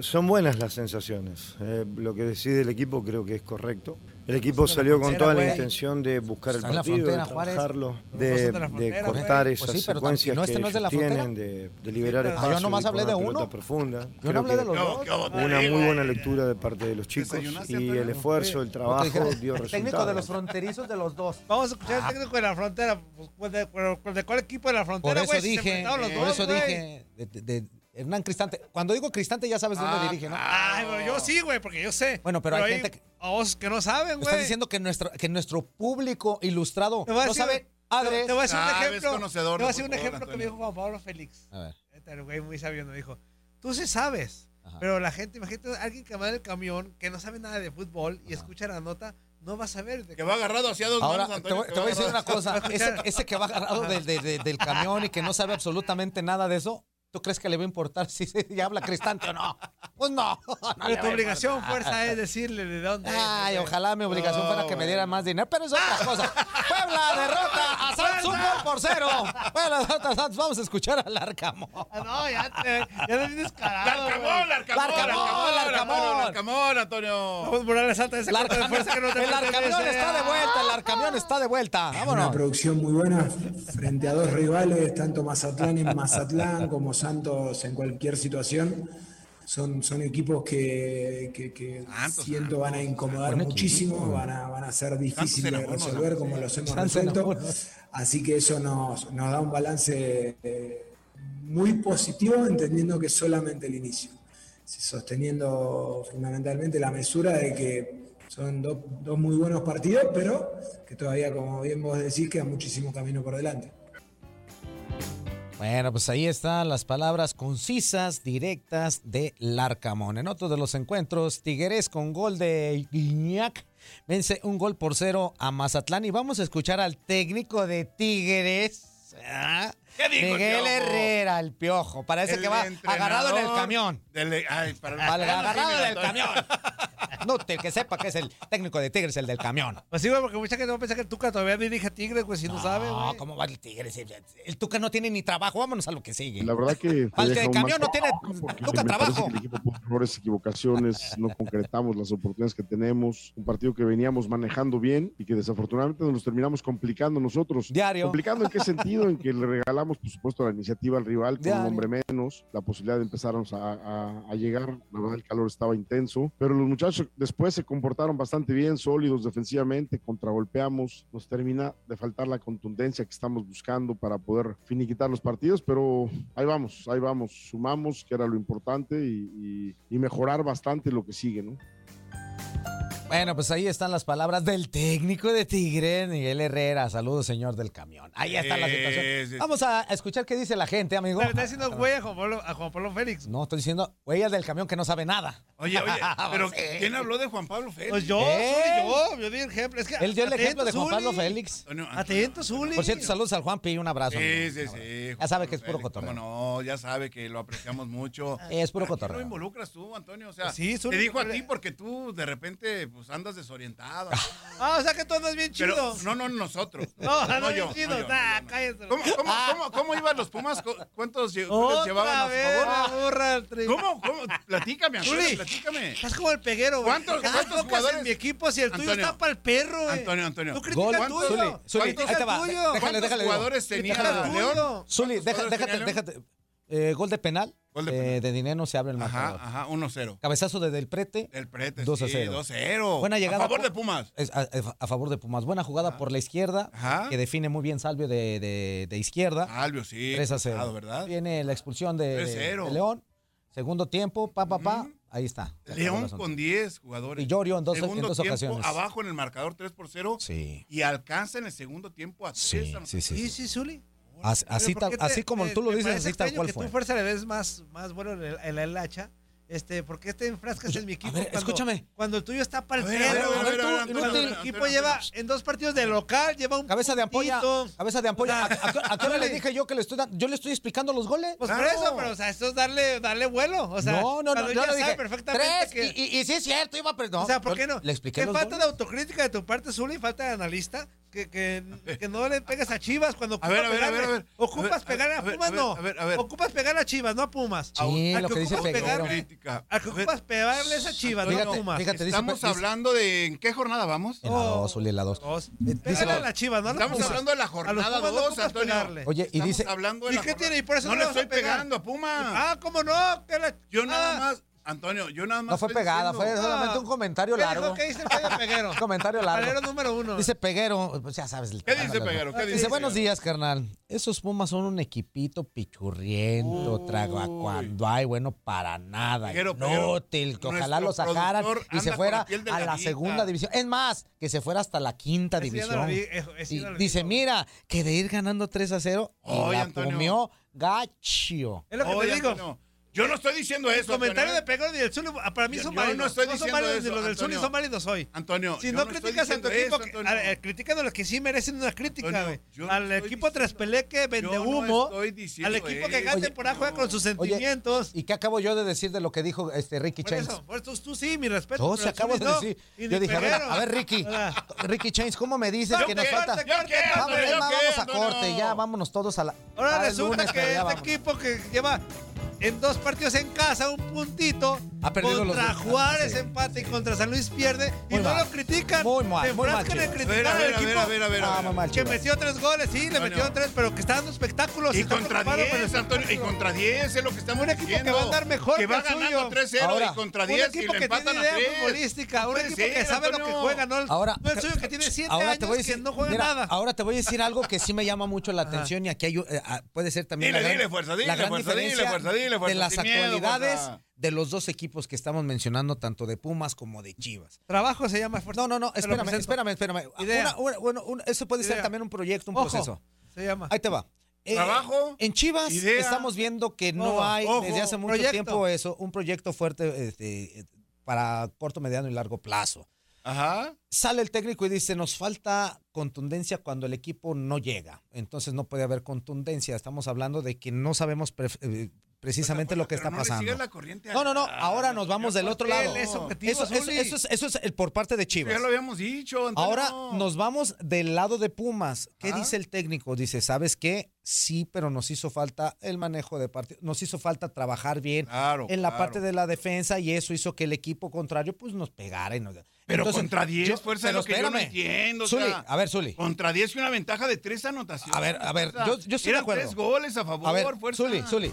Speaker 12: Son buenas las sensaciones. Eh, lo que decide el equipo creo que es correcto. El equipo salió con toda la intención de buscar el
Speaker 2: Está en la
Speaker 12: partido, de
Speaker 2: frontera, Juárez.
Speaker 12: trabajarlo, de,
Speaker 2: No son de la
Speaker 12: de
Speaker 2: frontera,
Speaker 12: cortar
Speaker 2: güey. Pues
Speaker 12: esas
Speaker 2: sí, pero
Speaker 12: secuencias
Speaker 2: no,
Speaker 12: que
Speaker 2: este no es de la
Speaker 12: ellos tienen,
Speaker 2: frontera.
Speaker 12: de, de liberar
Speaker 2: pero- Ah, yo
Speaker 12: espacio,
Speaker 2: nomás
Speaker 12: de ir con una
Speaker 2: hablé de
Speaker 12: pelota
Speaker 2: uno.
Speaker 12: profunda.
Speaker 2: Yo
Speaker 12: Creo
Speaker 2: no hablé
Speaker 12: que
Speaker 2: de los dos.
Speaker 12: hubo Una muy buena lectura de parte de los chicos y el esfuerzo, el trabajo dio resultado.
Speaker 2: fronterizos de los dos.
Speaker 3: Vamos a escuchar al técnico de la frontera. pues, pues, de, pero- ¿De cuál equipo de la
Speaker 2: Por
Speaker 3: frontera,
Speaker 2: eso
Speaker 3: güey? Si se
Speaker 2: dije,
Speaker 3: enfrentaron los
Speaker 2: por
Speaker 3: dos,
Speaker 2: eso
Speaker 3: güey.
Speaker 2: dije, de, de- de Hernán Cristante. Cuando digo Cristante ya sabes dónde
Speaker 3: Ah,
Speaker 2: dirige, ¿no?
Speaker 3: Ay, pero yo sí, güey, porque yo sé.
Speaker 2: Bueno, pero hay gente que-
Speaker 3: A vos que no saben,
Speaker 2: Estás
Speaker 3: güey.
Speaker 2: diciendo que nuestro, que nuestro público ilustrado
Speaker 3: Te voy a
Speaker 2: no
Speaker 3: decir-
Speaker 2: sabe.
Speaker 3: te,
Speaker 2: Adres.
Speaker 3: te voy a decir un ejemplo.
Speaker 2: conocedor
Speaker 3: te voy
Speaker 2: de
Speaker 3: a decir un
Speaker 2: fútbol,
Speaker 3: ejemplo que me
Speaker 2: Antonio.
Speaker 3: dijo Juan Pablo Félix.
Speaker 2: A ver.
Speaker 3: Este, El güey muy sabio me dijo, tú sí sabes, pero la gente, imagínate alguien que va en el camión, que no sabe nada de fútbol y escucha la nota, no va a saber. De
Speaker 5: Que va agarrado hacia dos
Speaker 2: Ahora,
Speaker 5: manos,
Speaker 2: te
Speaker 5: Antonio,
Speaker 2: voy,
Speaker 5: que
Speaker 2: te
Speaker 5: va
Speaker 2: voy a decir una
Speaker 5: agarrado.
Speaker 2: cosa.
Speaker 5: Va a
Speaker 2: Ese,
Speaker 5: escuchar.
Speaker 2: ese que va agarrado del, del- del- del camión y que no sabe absolutamente nada de eso, ¿tú crees que le va a importar si se- ya habla cristante o no? Pues no. no le
Speaker 3: Pero
Speaker 2: va
Speaker 3: tu
Speaker 2: a
Speaker 3: obligación,
Speaker 2: importar.
Speaker 3: fuerza, es decirle de dónde. es,
Speaker 2: Ay,
Speaker 3: güey.
Speaker 2: ojalá mi obligación
Speaker 3: No,
Speaker 5: Oh,
Speaker 2: fuera que me
Speaker 3: güey.
Speaker 2: dieran más dinero, pero es
Speaker 5: Ah.
Speaker 2: otra cosa. Puebla derrota a Santos un gol por cero. Puebla derrota a Santos. Vamos a escuchar al Arcamo.
Speaker 3: Ah, No, ya te, ya te vi descarado.
Speaker 5: Larcamón, Larcamón, Larcamón, Larcamón, Larcamón, Antonio.
Speaker 3: Vamos a ponerle santa esa cuota de fuerza que no te
Speaker 2: el Arcamión está de vuelta, el Arcamión está de vuelta.
Speaker 13: Una
Speaker 2: Vámonos.
Speaker 13: producción muy buena frente a dos rivales, tanto Mazatlán en Mazatlán como Santos en cualquier situación. Son, son equipos que, que- que siento van a incomodar
Speaker 14: Buen equipo.
Speaker 13: muchísimo, van a, van a ser difíciles de
Speaker 14: enamoró,
Speaker 13: resolver como los hemos
Speaker 14: Santos
Speaker 13: resuelto. Así que eso nos, nos da un balance eh, muy positivo, entendiendo que es solamente el inicio. Sosteniendo fundamentalmente la mesura de que son dos, dos muy buenos partidos, pero que todavía, como bien vos decís, queda muchísimo camino por delante.
Speaker 2: Bueno, pues ahí están las palabras concisas, directas de Larcamón. En otro de los encuentros, Tigueres con gol de Guiñac vence un gol por cero a Mazatlán. Y vamos a escuchar al técnico de Tigres, ¿ah?
Speaker 5: ¿Qué dijo el
Speaker 2: Miguel
Speaker 5: Piojo?
Speaker 2: Herrera, el piojo. Parece
Speaker 5: El
Speaker 2: que va
Speaker 5: entrenador
Speaker 2: agarrado en el camión.
Speaker 5: del- e- ay, para-
Speaker 2: Al- agarrado
Speaker 5: Sí,
Speaker 2: del
Speaker 5: mira,
Speaker 2: camión. Inútil que sepa que es el técnico de Tigres, el del camión.
Speaker 3: Pues sí, güey, porque mucha gente va a pensar que el Tuca todavía dirige a Tigres, güey, si no, sabe,
Speaker 2: No,
Speaker 3: güey.
Speaker 2: ¿cómo va el Tigres? El Tuca no tiene ni trabajo. Vámonos a lo que sigue.
Speaker 11: La verdad que
Speaker 2: Al
Speaker 11: deja
Speaker 2: del
Speaker 11: un
Speaker 2: camión no
Speaker 11: mal
Speaker 2: tiene
Speaker 11: porque
Speaker 2: Tuca
Speaker 11: me parece
Speaker 2: trabajo.
Speaker 11: que el equipo tuvo errores, equivocaciones, no concretamos las oportunidades que tenemos. Un partido que veníamos manejando bien y que desafortunadamente nos terminamos complicando nosotros.
Speaker 2: Diario.
Speaker 11: ¿Complicando en qué sentido? En que le regalamos, por supuesto, la iniciativa al rival con
Speaker 2: Diario.
Speaker 11: un hombre menos, la posibilidad de empezarnos a, a- a llegar. La verdad, el calor estaba intenso, pero los muchachos después se comportaron bastante bien, sólidos defensivamente, contragolpeamos. Nos termina de faltar la contundencia que estamos buscando para poder finiquitar los partidos, pero ahí vamos, ahí vamos. Sumamos, que era lo importante, y, y- y mejorar bastante lo que sigue, ¿no?
Speaker 2: Bueno, pues ahí están las palabras del técnico de Tigres, Miguel Herrera. Saludos, señor del camión. Ahí está la
Speaker 3: Sí,
Speaker 2: situación.
Speaker 3: sí.
Speaker 2: Vamos a a escuchar qué dice la gente, amigo.
Speaker 3: Le está diciendo güey a Juan Pablo, a Juan Pablo Félix.
Speaker 2: No, estoy diciendo huellas del camión que no sabe nada.
Speaker 5: Oye, oye, pero
Speaker 2: Sí.
Speaker 5: ¿quién habló de Juan Pablo Félix?
Speaker 3: Pues yo,
Speaker 2: ¿Eh?
Speaker 3: soy yo, yo di el ejemplo. Es que,
Speaker 2: Él dio el ejemplo
Speaker 3: atento,
Speaker 2: de Juan
Speaker 3: Zuli.
Speaker 2: Pablo Félix.
Speaker 3: Atento, Zuli.
Speaker 2: Por cierto, saludos al Juan y un
Speaker 5: Sí,
Speaker 2: abrazo. amigo.
Speaker 5: sí, sí.
Speaker 2: Ya sabe que es puro
Speaker 5: Félix,
Speaker 2: cotorreo.
Speaker 5: cómo no, ya sabe que lo apreciamos mucho.
Speaker 2: Es puro
Speaker 5: ¿A quién
Speaker 2: cotorreo.
Speaker 5: lo involucras tú, Antonio? O sea,
Speaker 3: Pues
Speaker 2: Sí,
Speaker 5: te
Speaker 2: Zuli,
Speaker 5: dijo a
Speaker 2: pero-
Speaker 5: ti porque tú de repente pues andas desorientado.
Speaker 3: Ah, o sea que tú andas bien chido.
Speaker 5: Pero- no, no, nosotros.
Speaker 3: no, no,
Speaker 5: yo,
Speaker 3: bien chido.
Speaker 5: no yo.
Speaker 3: Nah, cállate.
Speaker 5: ¿Cómo, cómo, cómo, cómo iban los Pumas? ¿Cu- ¿Cuántos lle- goles
Speaker 3: Ah. Otra
Speaker 5: llevaban a
Speaker 3: vez,
Speaker 5: favor?
Speaker 3: la burra del tri-
Speaker 5: ¿Cómo? ¿Cómo? Platícame, Antonio,
Speaker 3: Zuli,
Speaker 5: platícame.
Speaker 3: Estás como el peguero, güey.
Speaker 5: ¿Cuántos-
Speaker 3: Cada
Speaker 5: cuántos
Speaker 3: tocas
Speaker 5: jugadores?
Speaker 3: en mi equipo si el tuyo
Speaker 5: Antonio.
Speaker 3: está para el perro, güey.
Speaker 5: Antonio, Antonio.
Speaker 3: Tú criticas el
Speaker 5: ¿Cuántos-
Speaker 3: tuyo.
Speaker 5: Zuli, Zuli,
Speaker 3: Criticas
Speaker 5: ahí te
Speaker 3: el
Speaker 5: va.
Speaker 3: tuyo.
Speaker 5: Déjale, ¿Cuántos déjale, jugadores digo. tenía
Speaker 3: Criticas el
Speaker 5: León?
Speaker 3: tuyo.
Speaker 2: Zuli, deja-
Speaker 5: jugadores
Speaker 2: déjate,
Speaker 5: tenía León?
Speaker 2: déjate. Eh, gol de penal. Eh, de dinero no se abre el marcador.
Speaker 5: Ajá, 1-0.
Speaker 2: Cabezazo de Del Prete.
Speaker 5: Ah, El Prete,
Speaker 2: 2 a
Speaker 5: sí,
Speaker 2: 0.
Speaker 5: 2-0.
Speaker 2: Buena
Speaker 5: A
Speaker 2: llegada.
Speaker 5: favor
Speaker 2: por-
Speaker 5: de Pumas.
Speaker 2: Es- a, a- a favor de Pumas. Buena jugada por la izquierda,
Speaker 5: Ajá.
Speaker 2: que define muy bien Salvio de, de- de izquierda.
Speaker 5: Salvio, sí.
Speaker 2: 3 a 0.
Speaker 5: pesado, ¿verdad?
Speaker 2: Viene la expulsión de,
Speaker 5: 3-0.
Speaker 2: de León. Segundo tiempo, pa, pa, pa. Ahí está. Se acabó el
Speaker 5: León
Speaker 2: asunto.
Speaker 5: con 10 jugadores.
Speaker 2: Y Llorio en dos- en
Speaker 5: Segundo
Speaker 2: dos
Speaker 5: tiempo,
Speaker 2: ocasiones.
Speaker 5: Abajo en el marcador 3 por 0.
Speaker 2: Sí.
Speaker 5: Y alcanza en el segundo tiempo a
Speaker 2: Sí,
Speaker 5: 3
Speaker 2: sí, sí, sí.
Speaker 3: Zuli.
Speaker 2: As- así,
Speaker 3: Pero ¿por
Speaker 2: tal-
Speaker 3: qué te-
Speaker 2: así como
Speaker 3: te-
Speaker 2: tú lo
Speaker 3: te
Speaker 2: dices,
Speaker 3: parece
Speaker 2: así tal
Speaker 3: extraño
Speaker 2: cual
Speaker 3: que
Speaker 2: fue.
Speaker 3: tú fuerza le ves más, más bueno en el, en el hacha. Este, ¿Por qué te enfrascas en mi equipo? cuando,
Speaker 2: escúchame.
Speaker 3: Cuando el tuyo está para el
Speaker 2: A ver, a ver,
Speaker 3: perro.
Speaker 2: a ver, a ver,
Speaker 3: Cuando
Speaker 2: a ver,
Speaker 3: tu-
Speaker 2: Antonio,
Speaker 3: cuando el
Speaker 2: Antonio,
Speaker 3: equipo
Speaker 2: Antonio,
Speaker 3: lleva en dos partidos de local, lleva un
Speaker 2: Cabeza de ampolla.
Speaker 3: puntito.
Speaker 2: Cabeza de ampolla. ¿A, a qué- a qué hora le
Speaker 3: Zuli.
Speaker 2: dije yo que le estoy dando? Yo le estoy explicando los goles.
Speaker 3: Pues por eso, pero o sea, esto es darle, darle vuelo. O sea,
Speaker 2: no, no, no,
Speaker 3: cuando
Speaker 2: yo
Speaker 3: ya
Speaker 2: le dije,
Speaker 3: sabe perfectamente
Speaker 2: tres,
Speaker 3: que-
Speaker 2: y, y- y sí es cierto, iba a... pre- no,
Speaker 3: o sea, ¿por
Speaker 2: yo
Speaker 3: qué no?
Speaker 2: Le expliqué
Speaker 3: ¿Qué
Speaker 2: los
Speaker 3: falta
Speaker 2: goles.
Speaker 3: de autocrítica de tu parte, Zuli? ¿Falta de analista? Que, que, que no le pegas a Chivas cuando
Speaker 5: A ver, a ver, a ver,
Speaker 3: pegarle.
Speaker 5: a ver.
Speaker 3: Ocupas
Speaker 5: A ver,
Speaker 3: pegar a,
Speaker 5: a ver,
Speaker 3: Pumas,
Speaker 5: a ver,
Speaker 3: no.
Speaker 5: a ver, a ver.
Speaker 3: Ocupas pegar a Chivas, no a Pumas.
Speaker 2: Sí,
Speaker 3: Al
Speaker 2: lo que dice
Speaker 3: ocupas
Speaker 2: Peguero.
Speaker 3: pegarle-
Speaker 5: Crítica.
Speaker 3: Al que ocupas pegarle es a Chivas, no a
Speaker 2: Fíjate,
Speaker 3: Pumas. Oh,
Speaker 2: fíjate, dice-
Speaker 5: Estamos
Speaker 2: dice-
Speaker 5: hablando de. ¿En qué jornada vamos?
Speaker 2: En la Eh, 2,
Speaker 5: Oh.
Speaker 2: Zuli, en la 2.
Speaker 3: Pégale a la Chivas, no a los
Speaker 5: Estamos
Speaker 3: Pumas.
Speaker 5: hablando de la
Speaker 3: A los
Speaker 5: jornada
Speaker 3: Pumas no
Speaker 5: 2,
Speaker 3: ocupas pegarle.
Speaker 5: Antonio.
Speaker 2: Oye, y
Speaker 5: Estamos
Speaker 2: dice-
Speaker 5: hablando de
Speaker 3: ¿Y
Speaker 5: la
Speaker 3: qué
Speaker 5: jornada-
Speaker 3: tiene? Y por eso
Speaker 5: no,
Speaker 3: no
Speaker 5: le
Speaker 3: le vas a
Speaker 5: estoy
Speaker 3: pegar.
Speaker 5: pegando a Puma.
Speaker 3: Ah, ¿cómo no? Te la-
Speaker 5: yo nada
Speaker 3: Ah.
Speaker 5: más, Antonio, yo nada más.
Speaker 2: No fue
Speaker 5: estoy
Speaker 2: pegada,
Speaker 5: diciendo-
Speaker 2: fue solamente
Speaker 3: Ah.
Speaker 2: un comentario
Speaker 3: ¿Qué dijo?
Speaker 2: largo.
Speaker 3: ¿Qué dice el Pedro Peguero?
Speaker 2: Un comentario
Speaker 3: Palero
Speaker 2: largo.
Speaker 3: número uno.
Speaker 2: Dice Peguero, pues ya sabes.
Speaker 5: ¿Qué dice Peguero? ¿Qué dice
Speaker 2: Dice, buenos
Speaker 5: Peguero?
Speaker 2: días, carnal. Esos Pumas son un equipito pichurriento, trago a cuando hay, bueno, para nada.
Speaker 5: Peguero,
Speaker 2: Inútil, que
Speaker 5: Peguero,
Speaker 2: ojalá lo
Speaker 5: nuestro
Speaker 2: sacaran
Speaker 5: productor
Speaker 2: y
Speaker 5: anda
Speaker 2: se
Speaker 5: con
Speaker 2: fuera
Speaker 5: la piel
Speaker 2: a la
Speaker 5: delgadita.
Speaker 2: segunda división. Es más, que se fuera hasta la quinta
Speaker 3: Ese ya no
Speaker 2: división.
Speaker 3: lo vi, eh, ese
Speaker 2: Y
Speaker 3: ya no lo vi.
Speaker 2: dice, mira, que de ir ganando 3 a 0 y
Speaker 5: Oye,
Speaker 2: la
Speaker 5: Antonio.
Speaker 2: comió gacho.
Speaker 3: Es lo que
Speaker 5: Oye,
Speaker 3: te digo.
Speaker 5: Antonio, Yo no estoy diciendo
Speaker 3: El
Speaker 5: eso.
Speaker 3: comentario
Speaker 5: Antonio.
Speaker 3: de Peguero y del Zuli ah, para mí
Speaker 5: Yo-
Speaker 3: son
Speaker 5: yo
Speaker 3: válidos.
Speaker 5: no estoy
Speaker 3: son
Speaker 5: diciendo
Speaker 3: válidos ni
Speaker 5: eso,
Speaker 3: los del Zuli
Speaker 5: Antonio.
Speaker 3: son válidos hoy.
Speaker 5: Antonio,
Speaker 3: Si
Speaker 5: yo
Speaker 3: no,
Speaker 5: estoy
Speaker 3: criticas a tu
Speaker 5: diciendo
Speaker 3: equipo,
Speaker 5: eso,
Speaker 3: que-
Speaker 5: Antonio.
Speaker 3: a ver, critican a los que sí merecen una crítica,
Speaker 5: Antonio,
Speaker 3: güey.
Speaker 5: yo no
Speaker 3: Al
Speaker 5: estoy
Speaker 3: equipo Traspeleque, vende
Speaker 5: yo no
Speaker 3: humo.
Speaker 5: estoy diciendo
Speaker 3: al equipo que
Speaker 5: eso.
Speaker 3: gana temporada juega con sus
Speaker 2: Oye,
Speaker 3: sentimientos.
Speaker 2: ¿Y qué acabo yo de decir de lo que dijo este Ricky
Speaker 3: Por
Speaker 2: Chains?
Speaker 3: eso, por eso tú sí, mi respeto.
Speaker 2: No,
Speaker 3: pero
Speaker 2: se
Speaker 3: el
Speaker 2: acabo
Speaker 3: Zuli
Speaker 2: de
Speaker 3: no,
Speaker 2: decir.
Speaker 3: y ni
Speaker 2: Yo dije, a ver,
Speaker 3: Peguero.
Speaker 2: a ver, Ricky, Ricky Chains, ¿cómo me dices que nos
Speaker 3: qué?
Speaker 2: falta?
Speaker 3: ¿Yo qué?
Speaker 2: Vamos,
Speaker 3: ¿Yo
Speaker 2: ya
Speaker 3: qué,
Speaker 2: vamos a
Speaker 3: Antonio?
Speaker 2: corte, ya vámonos todos a la.
Speaker 3: Ahora
Speaker 2: para el
Speaker 3: resulta
Speaker 2: lunes,
Speaker 3: que
Speaker 2: pero ya
Speaker 3: este
Speaker 2: vámonos.
Speaker 3: equipo que lleva en dos partidos en casa un puntito,
Speaker 2: Ha perdido los
Speaker 3: contra Juárez empate y contra San Luis pierde y
Speaker 2: Muy
Speaker 3: no
Speaker 2: mal.
Speaker 3: lo critican.
Speaker 2: Muy mal,
Speaker 3: Se
Speaker 2: muy mal,
Speaker 3: enfrascan en
Speaker 2: Chivas.
Speaker 3: criticar
Speaker 2: A ver,
Speaker 3: al
Speaker 2: a ver,
Speaker 3: equipo
Speaker 2: a ver, a ver, a ver. Ah, muy mal,
Speaker 3: que
Speaker 2: Chivas.
Speaker 3: metió tres goles, sí, le
Speaker 5: No,
Speaker 3: metió
Speaker 5: no.
Speaker 3: tres, pero que está dando espectáculos.
Speaker 5: Y
Speaker 3: está
Speaker 5: contra
Speaker 3: preocupado
Speaker 5: 10,
Speaker 3: por el
Speaker 5: Antonio, y contra 10 es lo que estamos
Speaker 3: Un equipo que
Speaker 5: diciendo.
Speaker 3: va a andar mejor
Speaker 5: Que
Speaker 3: que
Speaker 5: va
Speaker 3: el
Speaker 5: ganando
Speaker 3: suyo.
Speaker 5: 3-0
Speaker 3: Ahora,
Speaker 5: y contra
Speaker 3: un
Speaker 5: 10 y
Speaker 3: equipo
Speaker 5: le
Speaker 3: que tiene
Speaker 5: empatan a
Speaker 3: idea
Speaker 5: 3.
Speaker 3: futbolística, un
Speaker 5: Puede
Speaker 3: equipo
Speaker 5: ser,
Speaker 3: que sabe lo que
Speaker 5: Antonio.
Speaker 3: juega, no el-
Speaker 2: Ahora,
Speaker 3: no el suyo que tiene siete
Speaker 2: ahora
Speaker 3: años, que no juega
Speaker 2: mira,
Speaker 3: nada.
Speaker 2: Ahora te voy a decir algo que sí me llama mucho la atención y aquí hay, eh, ah, puede ser también
Speaker 5: Dile,
Speaker 2: la gran,
Speaker 5: dile, fuerza, dile,
Speaker 2: la gran
Speaker 5: fuerza, dile,
Speaker 2: diferencia
Speaker 5: fuerza, dile, fuerza,
Speaker 2: de las
Speaker 5: sin miedo,
Speaker 2: actualidades
Speaker 5: fuerza.
Speaker 2: de los dos equipos que estamos mencionando, tanto de Pumas como de Chivas.
Speaker 3: Trabajo se llama esfuerzo.
Speaker 2: No, no, no,
Speaker 3: Te lo
Speaker 2: espérame,
Speaker 3: presento.
Speaker 2: espérame, espérame. Ah,
Speaker 3: Idea.
Speaker 2: una- una- bueno, un- eso puede ser
Speaker 3: Idea.
Speaker 2: también un proyecto, un
Speaker 3: Ojo,
Speaker 2: proceso.
Speaker 3: Se llama.
Speaker 2: Ahí te va. Eh,
Speaker 3: Trabajo,
Speaker 2: En Chivas
Speaker 3: idea,
Speaker 2: estamos viendo que no
Speaker 3: todo.
Speaker 2: hay
Speaker 3: Ojo,
Speaker 2: desde hace mucho
Speaker 3: proyecto.
Speaker 2: tiempo eso, un proyecto fuerte este, eh, para corto, mediano y largo plazo. Sale el técnico y dice, nos falta contundencia cuando el equipo no llega. Entonces no puede haber contundencia. Estamos hablando de que no sabemos pref- eh, precisamente lo que está
Speaker 5: no le
Speaker 2: pasando.
Speaker 5: sigas la Ah, corriente a-
Speaker 2: no, no, no. Ahora nos vamos del otro
Speaker 5: Él
Speaker 2: lado.
Speaker 5: es objetivo,
Speaker 2: eso, eso-
Speaker 5: Zuli.
Speaker 2: eso es, eso es el por parte de Chivas.
Speaker 5: Ya lo habíamos dicho, Antonio.
Speaker 2: Ahora nos vamos del lado de Pumas. ¿Qué dice el técnico? Dice, ¿sabes qué? Sí, pero nos hizo falta el manejo de partido, nos hizo falta trabajar bien
Speaker 5: Claro,
Speaker 2: en la
Speaker 5: claro.
Speaker 2: parte de la defensa y eso hizo que el equipo contrario pues nos pegara. y nos-
Speaker 5: Pero
Speaker 2: Entonces,
Speaker 5: contra 10,
Speaker 2: yo-
Speaker 5: fuerza, es
Speaker 2: pero
Speaker 5: lo que
Speaker 2: espérame.
Speaker 5: yo no entiendo. o
Speaker 2: Zuli,
Speaker 5: sea,
Speaker 2: a ver, Zuli.
Speaker 5: Contra 10 y una ventaja de tres anotaciones.
Speaker 2: A ver, a ver,
Speaker 5: o sea,
Speaker 2: yo, yo estoy de
Speaker 5: eran
Speaker 2: acuerdo.
Speaker 5: tres goles a favor,
Speaker 2: A ver,
Speaker 5: fuerza.
Speaker 2: Zuli, Zuli.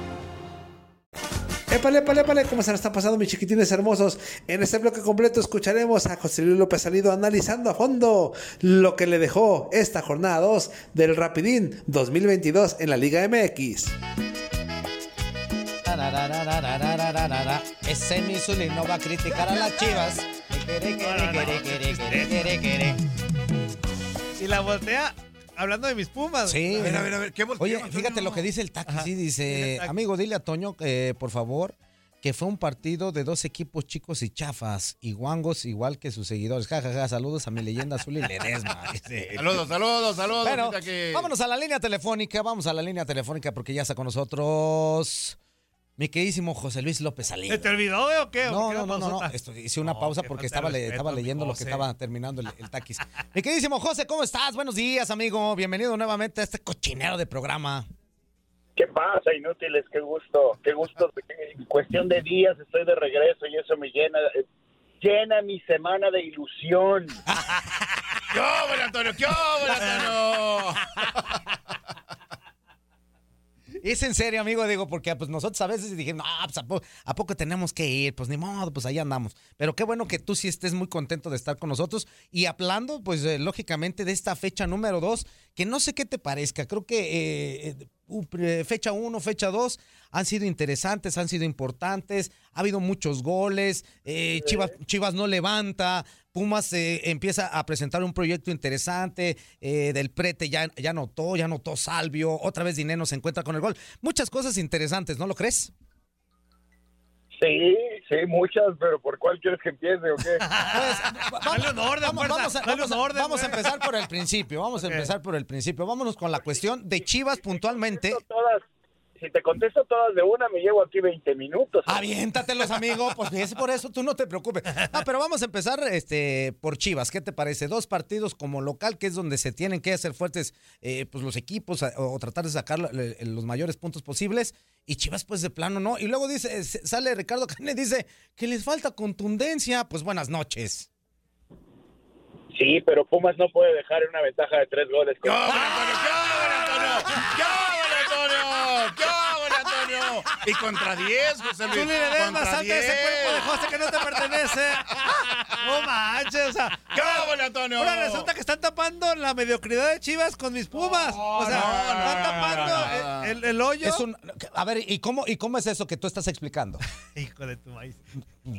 Speaker 1: Épale, épale, épale, ¿cómo se nos está pasando mis chiquitines hermosos? En este bloque completo escucharemos a José Luis López Salido analizando a fondo lo que le dejó esta jornada 2 del Rapidín 2022 en la Liga MX.
Speaker 2: Tarararararararara. Ese mi Zuli no va a criticar a las Chivas. Quere, quere, quere, quere, quere, quere, quere.
Speaker 3: Y la voltea hablando de mis pumas.
Speaker 2: Sí.
Speaker 3: Mira, mira,
Speaker 2: Oye, fíjate lo que dice el Taqui. Sí, dice, amigo, dile a Toño, eh, por favor, que fue un partido de dos equipos chicos y chafas y guangos igual que sus seguidores. Ja, ja, ja. Saludos a mi leyenda azul y Ledesma. Dice.
Speaker 5: Saludos, saludos, saludos.
Speaker 2: Bueno,
Speaker 5: ahorita que-
Speaker 2: vámonos a la línea telefónica, vamos a la línea telefónica porque ya está con nosotros mi queridísimo José Luis López Salido.
Speaker 3: ¿Se te olvidó güey, o qué? Ah. ¿O
Speaker 2: No, no,
Speaker 3: qué era
Speaker 2: no, no, no,
Speaker 3: pausota?
Speaker 2: esto- hice una
Speaker 3: No,
Speaker 2: pausa
Speaker 3: qué
Speaker 2: porque
Speaker 3: falta de
Speaker 2: estaba, le-
Speaker 3: respeto,
Speaker 2: estaba
Speaker 3: mi
Speaker 2: leyendo lo que
Speaker 3: José.
Speaker 2: estaba terminando el, el taquis. Mi queridísimo José, ¿cómo estás? Buenos días, amigo. Bienvenido nuevamente a este cochinero de programa.
Speaker 14: ¿Qué pasa, inútiles? Qué gusto, qué gusto. En cuestión de días estoy de regreso y eso me llena, eh, llena mi semana de ilusión.
Speaker 5: ¡Qué óvole, Antonio! ¡Qué óvole, Antonio!
Speaker 2: Es en serio, amigo, digo, porque pues nosotros a veces dijimos, no, pues, ¿a, po- a poco tenemos que ir? Pues ni modo, pues ahí andamos. Pero qué bueno que tú sí estés muy contento de estar con nosotros y hablando, pues eh, lógicamente de esta fecha número dos, que no sé qué te parezca, creo que eh, eh, u- pre- fecha uno, fecha dos han sido interesantes, han sido importantes, ha habido muchos goles, eh, Chivas, Chivas no levanta, Pumas eh, empieza a presentar un proyecto interesante, eh, del prete ya, ya anotó, ya anotó Salvio, otra vez Dineno se encuentra con el gol. Muchas cosas interesantes, ¿no lo crees?
Speaker 14: Sí, sí, muchas, pero ¿por cuál quieres que empiece o qué?
Speaker 2: Vamos, vamos- vamos a, vamos a- vamos a empezar por el principio, vamos a empezar por el principio. Vámonos con la cuestión de Chivas puntualmente.
Speaker 14: Todas, si te contesto todas de una, me llevo aquí 20 minutos.
Speaker 2: Aviéntatelos, amigo. Pues es por eso, tú no te preocupes. Ah, pero vamos a empezar este, por Chivas. ¿Qué te parece? Dos partidos como local, que es donde se tienen que hacer fuertes eh, pues los equipos a- o, tratar de sacar la- la- los mayores puntos posibles. Y Chivas, pues de plano no. Y luego dice, eh, se- sale Ricardo Cane, dice que les falta contundencia. Pues buenas noches.
Speaker 14: Sí, pero Pumas no puede dejar una ventaja de tres goles.
Speaker 5: ¡Qué óvole, Antonio! ¡Qué óvole, Antonio! Y contra 10, José Luis.
Speaker 3: Tú le des
Speaker 5: contra
Speaker 3: más alta ese
Speaker 5: 10.
Speaker 3: cuerpo de José que no te pertenece.
Speaker 1: No manches, o sea.
Speaker 5: ¡Cábala, Antonio!
Speaker 1: Ahora resulta que están tapando la mediocridad de Chivas con mis pumas. o sea, están tapando
Speaker 3: eh.
Speaker 1: el- el, el hoyo.
Speaker 2: Es un- a ver, ¿y cómo, ¿y cómo es eso que tú estás explicando?
Speaker 1: Hijo de tu maíz.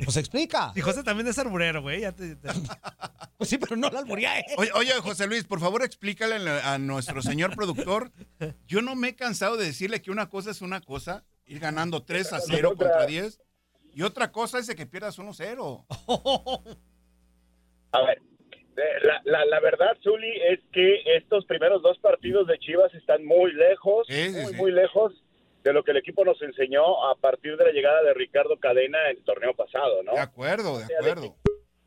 Speaker 2: Pues explica.
Speaker 1: Y José también es arburero, güey. ya te- te-
Speaker 2: Pues sí, pero no la alburía, ¿eh?
Speaker 5: Oye, oye, José Luis, por favor explícale a la- a nuestro señor productor. Yo no me he cansado de decirle que una cosa es una cosa, ir ganando 3 a 0 contra 10, y otra cosa es de que pierdas 1 a 0.
Speaker 14: A ver, eh, la, la- la verdad, Zuli, es que estos primeros dos partidos de Chivas están muy lejos, muy, muy lejos de lo que el equipo nos enseñó a partir de la llegada de Ricardo Cadena en el torneo pasado, ¿no?
Speaker 5: De acuerdo, de acuerdo.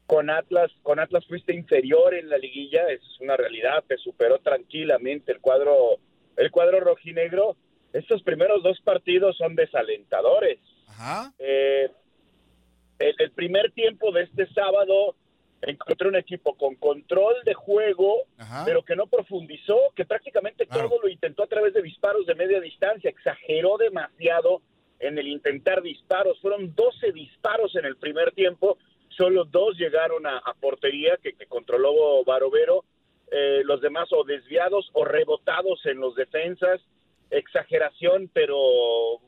Speaker 14: Con Atlas, con Atlas fuiste inferior en la liguilla, eso es una realidad, te superó tranquilamente el cuadro, el cuadro rojinegro. Estos primeros dos partidos son desalentadores. Eh, el, el primer tiempo de este sábado encontré un equipo con control de juego, pero que no profundizó, que prácticamente todo lo intentó a través de disparos de media distancia, exageró demasiado en el intentar disparos, fueron 12 disparos en el primer tiempo, solo dos llegaron a, a portería que, que controló Barovero, eh, los demás o desviados o rebotados en los defensas, exageración, pero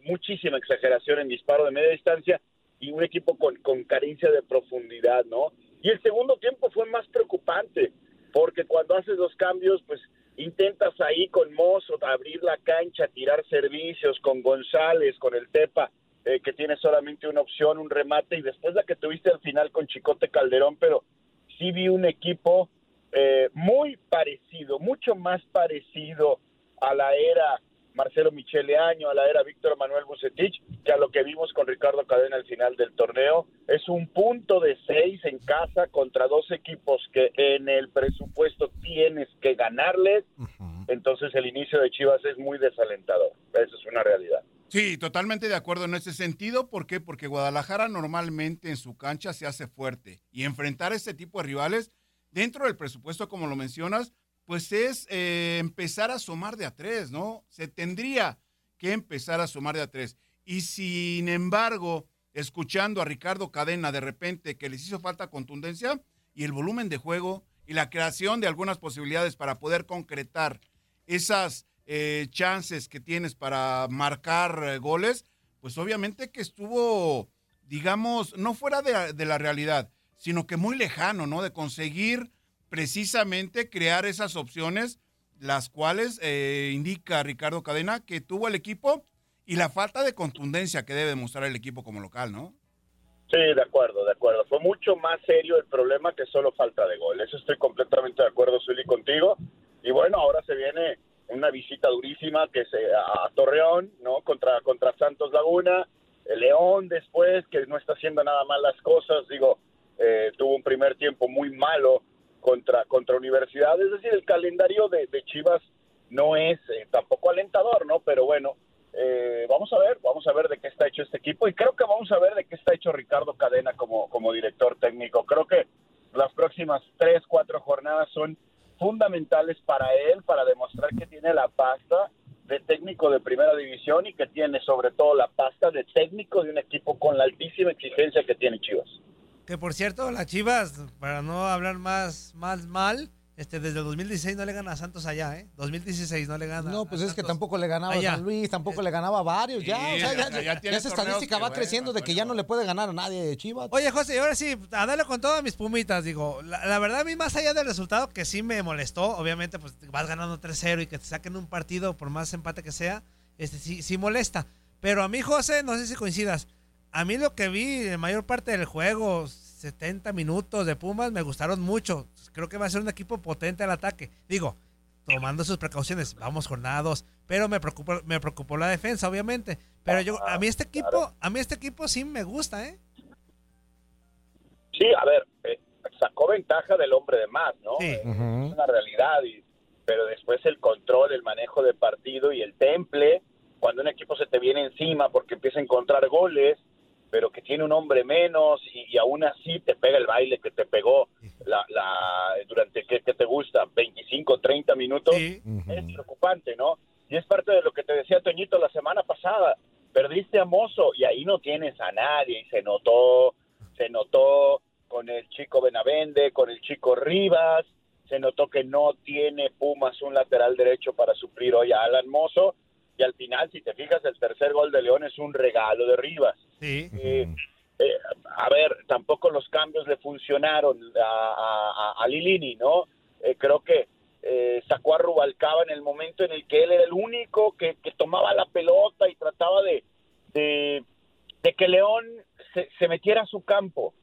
Speaker 14: muchísima exageración en disparo de media distancia y un equipo con, con carencia de profundidad, ¿no? Y el segundo tiempo fue más preocupante, porque cuando haces los cambios, pues intentas ahí con Mozo abrir la cancha, tirar servicios, con González, con el Tepa, eh, que tiene solamente una opción, un remate, y después la que tuviste al final con Chicote Calderón, pero sí vi un equipo eh, muy parecido, mucho más parecido a la era Marcelo Michele Año, a la era Víctor Manuel Bucetich, que a lo que vimos con Ricardo Cadena al final del torneo. Es un punto de seis en casa contra dos equipos que en el presupuesto tienes que ganarles. Entonces el inicio de Chivas es muy desalentador. Eso es una realidad.
Speaker 5: Sí, totalmente de acuerdo en ese sentido. ¿Por qué? Porque Guadalajara normalmente en su cancha se hace fuerte y enfrentar a este tipo de rivales dentro del presupuesto, como lo mencionas, pues es eh, empezar a sumar de a tres, ¿no? Se tendría que empezar a sumar de a tres. Y sin embargo, escuchando a Ricardo Cadena de repente que les hizo falta contundencia y el volumen de juego y la creación de algunas posibilidades para poder concretar esas eh, chances que tienes para marcar eh, goles, pues obviamente que estuvo, digamos, no fuera de, de la realidad, sino que muy lejano, ¿no? De conseguir precisamente crear esas opciones, las cuales eh, indica Ricardo Cadena que tuvo el equipo y la falta de contundencia que debe demostrar el equipo como local, ¿no?
Speaker 14: Sí, de acuerdo, de acuerdo. Fue mucho más serio el problema que solo falta de gol. Eso estoy completamente de acuerdo, Zuli, contigo. Y bueno, ahora se viene una visita durísima que se a a Torreón, ¿no? Contra contra Santos Laguna, el León después que no está haciendo nada mal las cosas, digo, eh, tuvo un primer tiempo muy malo contra contra Universidad, es decir, el calendario de, de Chivas no es eh, tampoco alentador, ¿no? Pero bueno, eh, vamos a ver, vamos a ver de qué está hecho este equipo y creo que vamos a ver de qué está hecho Ricardo Cadena como, como director técnico. Creo que las próximas tres, cuatro jornadas son fundamentales para él, para demostrar que tiene la pasta de técnico de primera división y que tiene sobre todo la pasta de técnico de un equipo con la altísima exigencia que tiene Chivas.
Speaker 3: Que por cierto, las Chivas, para no hablar más, más mal, este, desde el 2016 no le gana a Santos allá, ¿eh? 2016 no le gana.
Speaker 2: No, pues es que tampoco le ganaba a
Speaker 3: Allá.
Speaker 2: San Luis, tampoco le ganaba a varios, ya.
Speaker 3: Sí,
Speaker 2: o sea, ya,
Speaker 3: ya- ya
Speaker 2: ya
Speaker 3: tiene
Speaker 2: esa
Speaker 3: torneos
Speaker 2: estadística
Speaker 3: que,
Speaker 2: va
Speaker 3: bueno,
Speaker 2: creciendo de que ya no le puede ganar a nadie de Chivas.
Speaker 3: Oye, José, y ahora sí, a darle con todas mis pumitas, digo. La, la verdad, a mí, más allá del resultado, que sí me molestó, obviamente, pues vas ganando 3-0 y que te saquen un partido, por más empate que sea, este sí, sí molesta. Pero a mí, José, no sé si coincidas, a mí lo que vi en mayor parte del juego, 70 minutos de Pumas, me gustaron mucho. Creo que va a ser un equipo potente al ataque. Digo, tomando sus precauciones, vamos jornados, pero me preocupó, me preocupó la defensa, obviamente. Pero yo, a mí este equipo, a mí este equipo sí me gusta, ¿eh?
Speaker 14: Sí, a ver, eh, sacó ventaja del hombre de más, ¿no? Eh, Es una realidad, y- pero después el control, el manejo de partido y el temple, cuando un equipo se te viene encima porque empieza a encontrar goles, pero que tiene un hombre menos y, y aún así te pega el baile que te pegó la, la- durante, que te gusta? 25, 30 minutos. Es preocupante, ¿no? Y es parte de lo que te decía Toñito la semana pasada. Perdiste a Mozo y ahí no tienes a nadie y se notó se notó con el chico Benavente, con el chico Rivas. Se notó que no tiene Pumas un lateral derecho para suplir hoy a Alan Mozo. Y al final, si te fijas, el tercer gol de León es un regalo de Rivas.
Speaker 15: Sí.
Speaker 14: Eh, eh, a ver, tampoco los cambios le funcionaron a, a- a Lilini, ¿no? Eh, creo que eh, sacó a Rubalcaba en el momento en el que él era el único que, que tomaba la pelota y trataba de, de, de que León se, se metiera a su campo.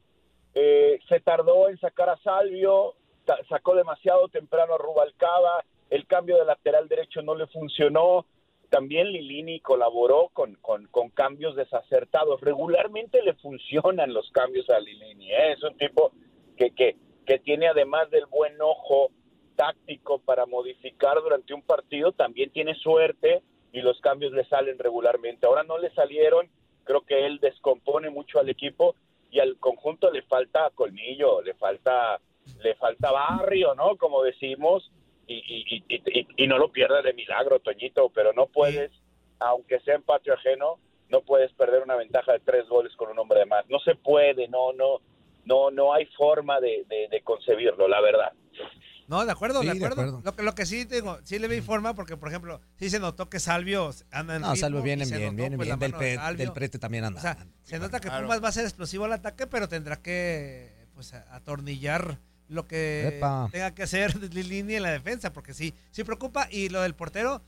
Speaker 14: Eh, se tardó en sacar a Salvio, ta- sacó demasiado temprano a Rubalcaba, el cambio de lateral derecho no le funcionó. También Lilini colaboró con, con, con cambios desacertados. Regularmente le funcionan los cambios a Lilini. ¿eh? Es un tipo que, que, que tiene además del buen ojo táctico para modificar durante un partido, también tiene suerte y los cambios le salen regularmente. Ahora no le salieron, creo que él descompone mucho al equipo y al conjunto le falta colmillo, le falta, le falta barrio, ¿no? Como decimos, y, y- y- y- y no lo pierdas de milagro, Toñito, pero no puedes, aunque sea en patio ajeno, no puedes perder una ventaja de tres goles con un hombre de más. No se puede, no, no, no, no hay forma de- de- de concebirlo, la verdad.
Speaker 3: No, de acuerdo,
Speaker 2: Sí,
Speaker 3: de
Speaker 2: de
Speaker 3: acuerdo.
Speaker 2: acuerdo.
Speaker 3: Lo, que, lo que sí tengo, sí le vi forma porque, por ejemplo, sí se notó que Salvio anda en
Speaker 2: No, Salvio
Speaker 3: ritmo y
Speaker 2: viene
Speaker 3: se
Speaker 2: bien,
Speaker 3: notó,
Speaker 2: viene
Speaker 3: pues, la
Speaker 2: bien. Del,
Speaker 3: mano de
Speaker 2: pre-
Speaker 3: Salvio.
Speaker 2: del prete también anda.
Speaker 3: O sea, se nota que
Speaker 2: Claro.
Speaker 3: Pumas va a ser explosivo al ataque, pero tendrá que pues, a- atornillar lo que
Speaker 2: Epa.
Speaker 3: tenga que hacer Lilini en la defensa, porque sí, sí preocupa. Y lo del portero,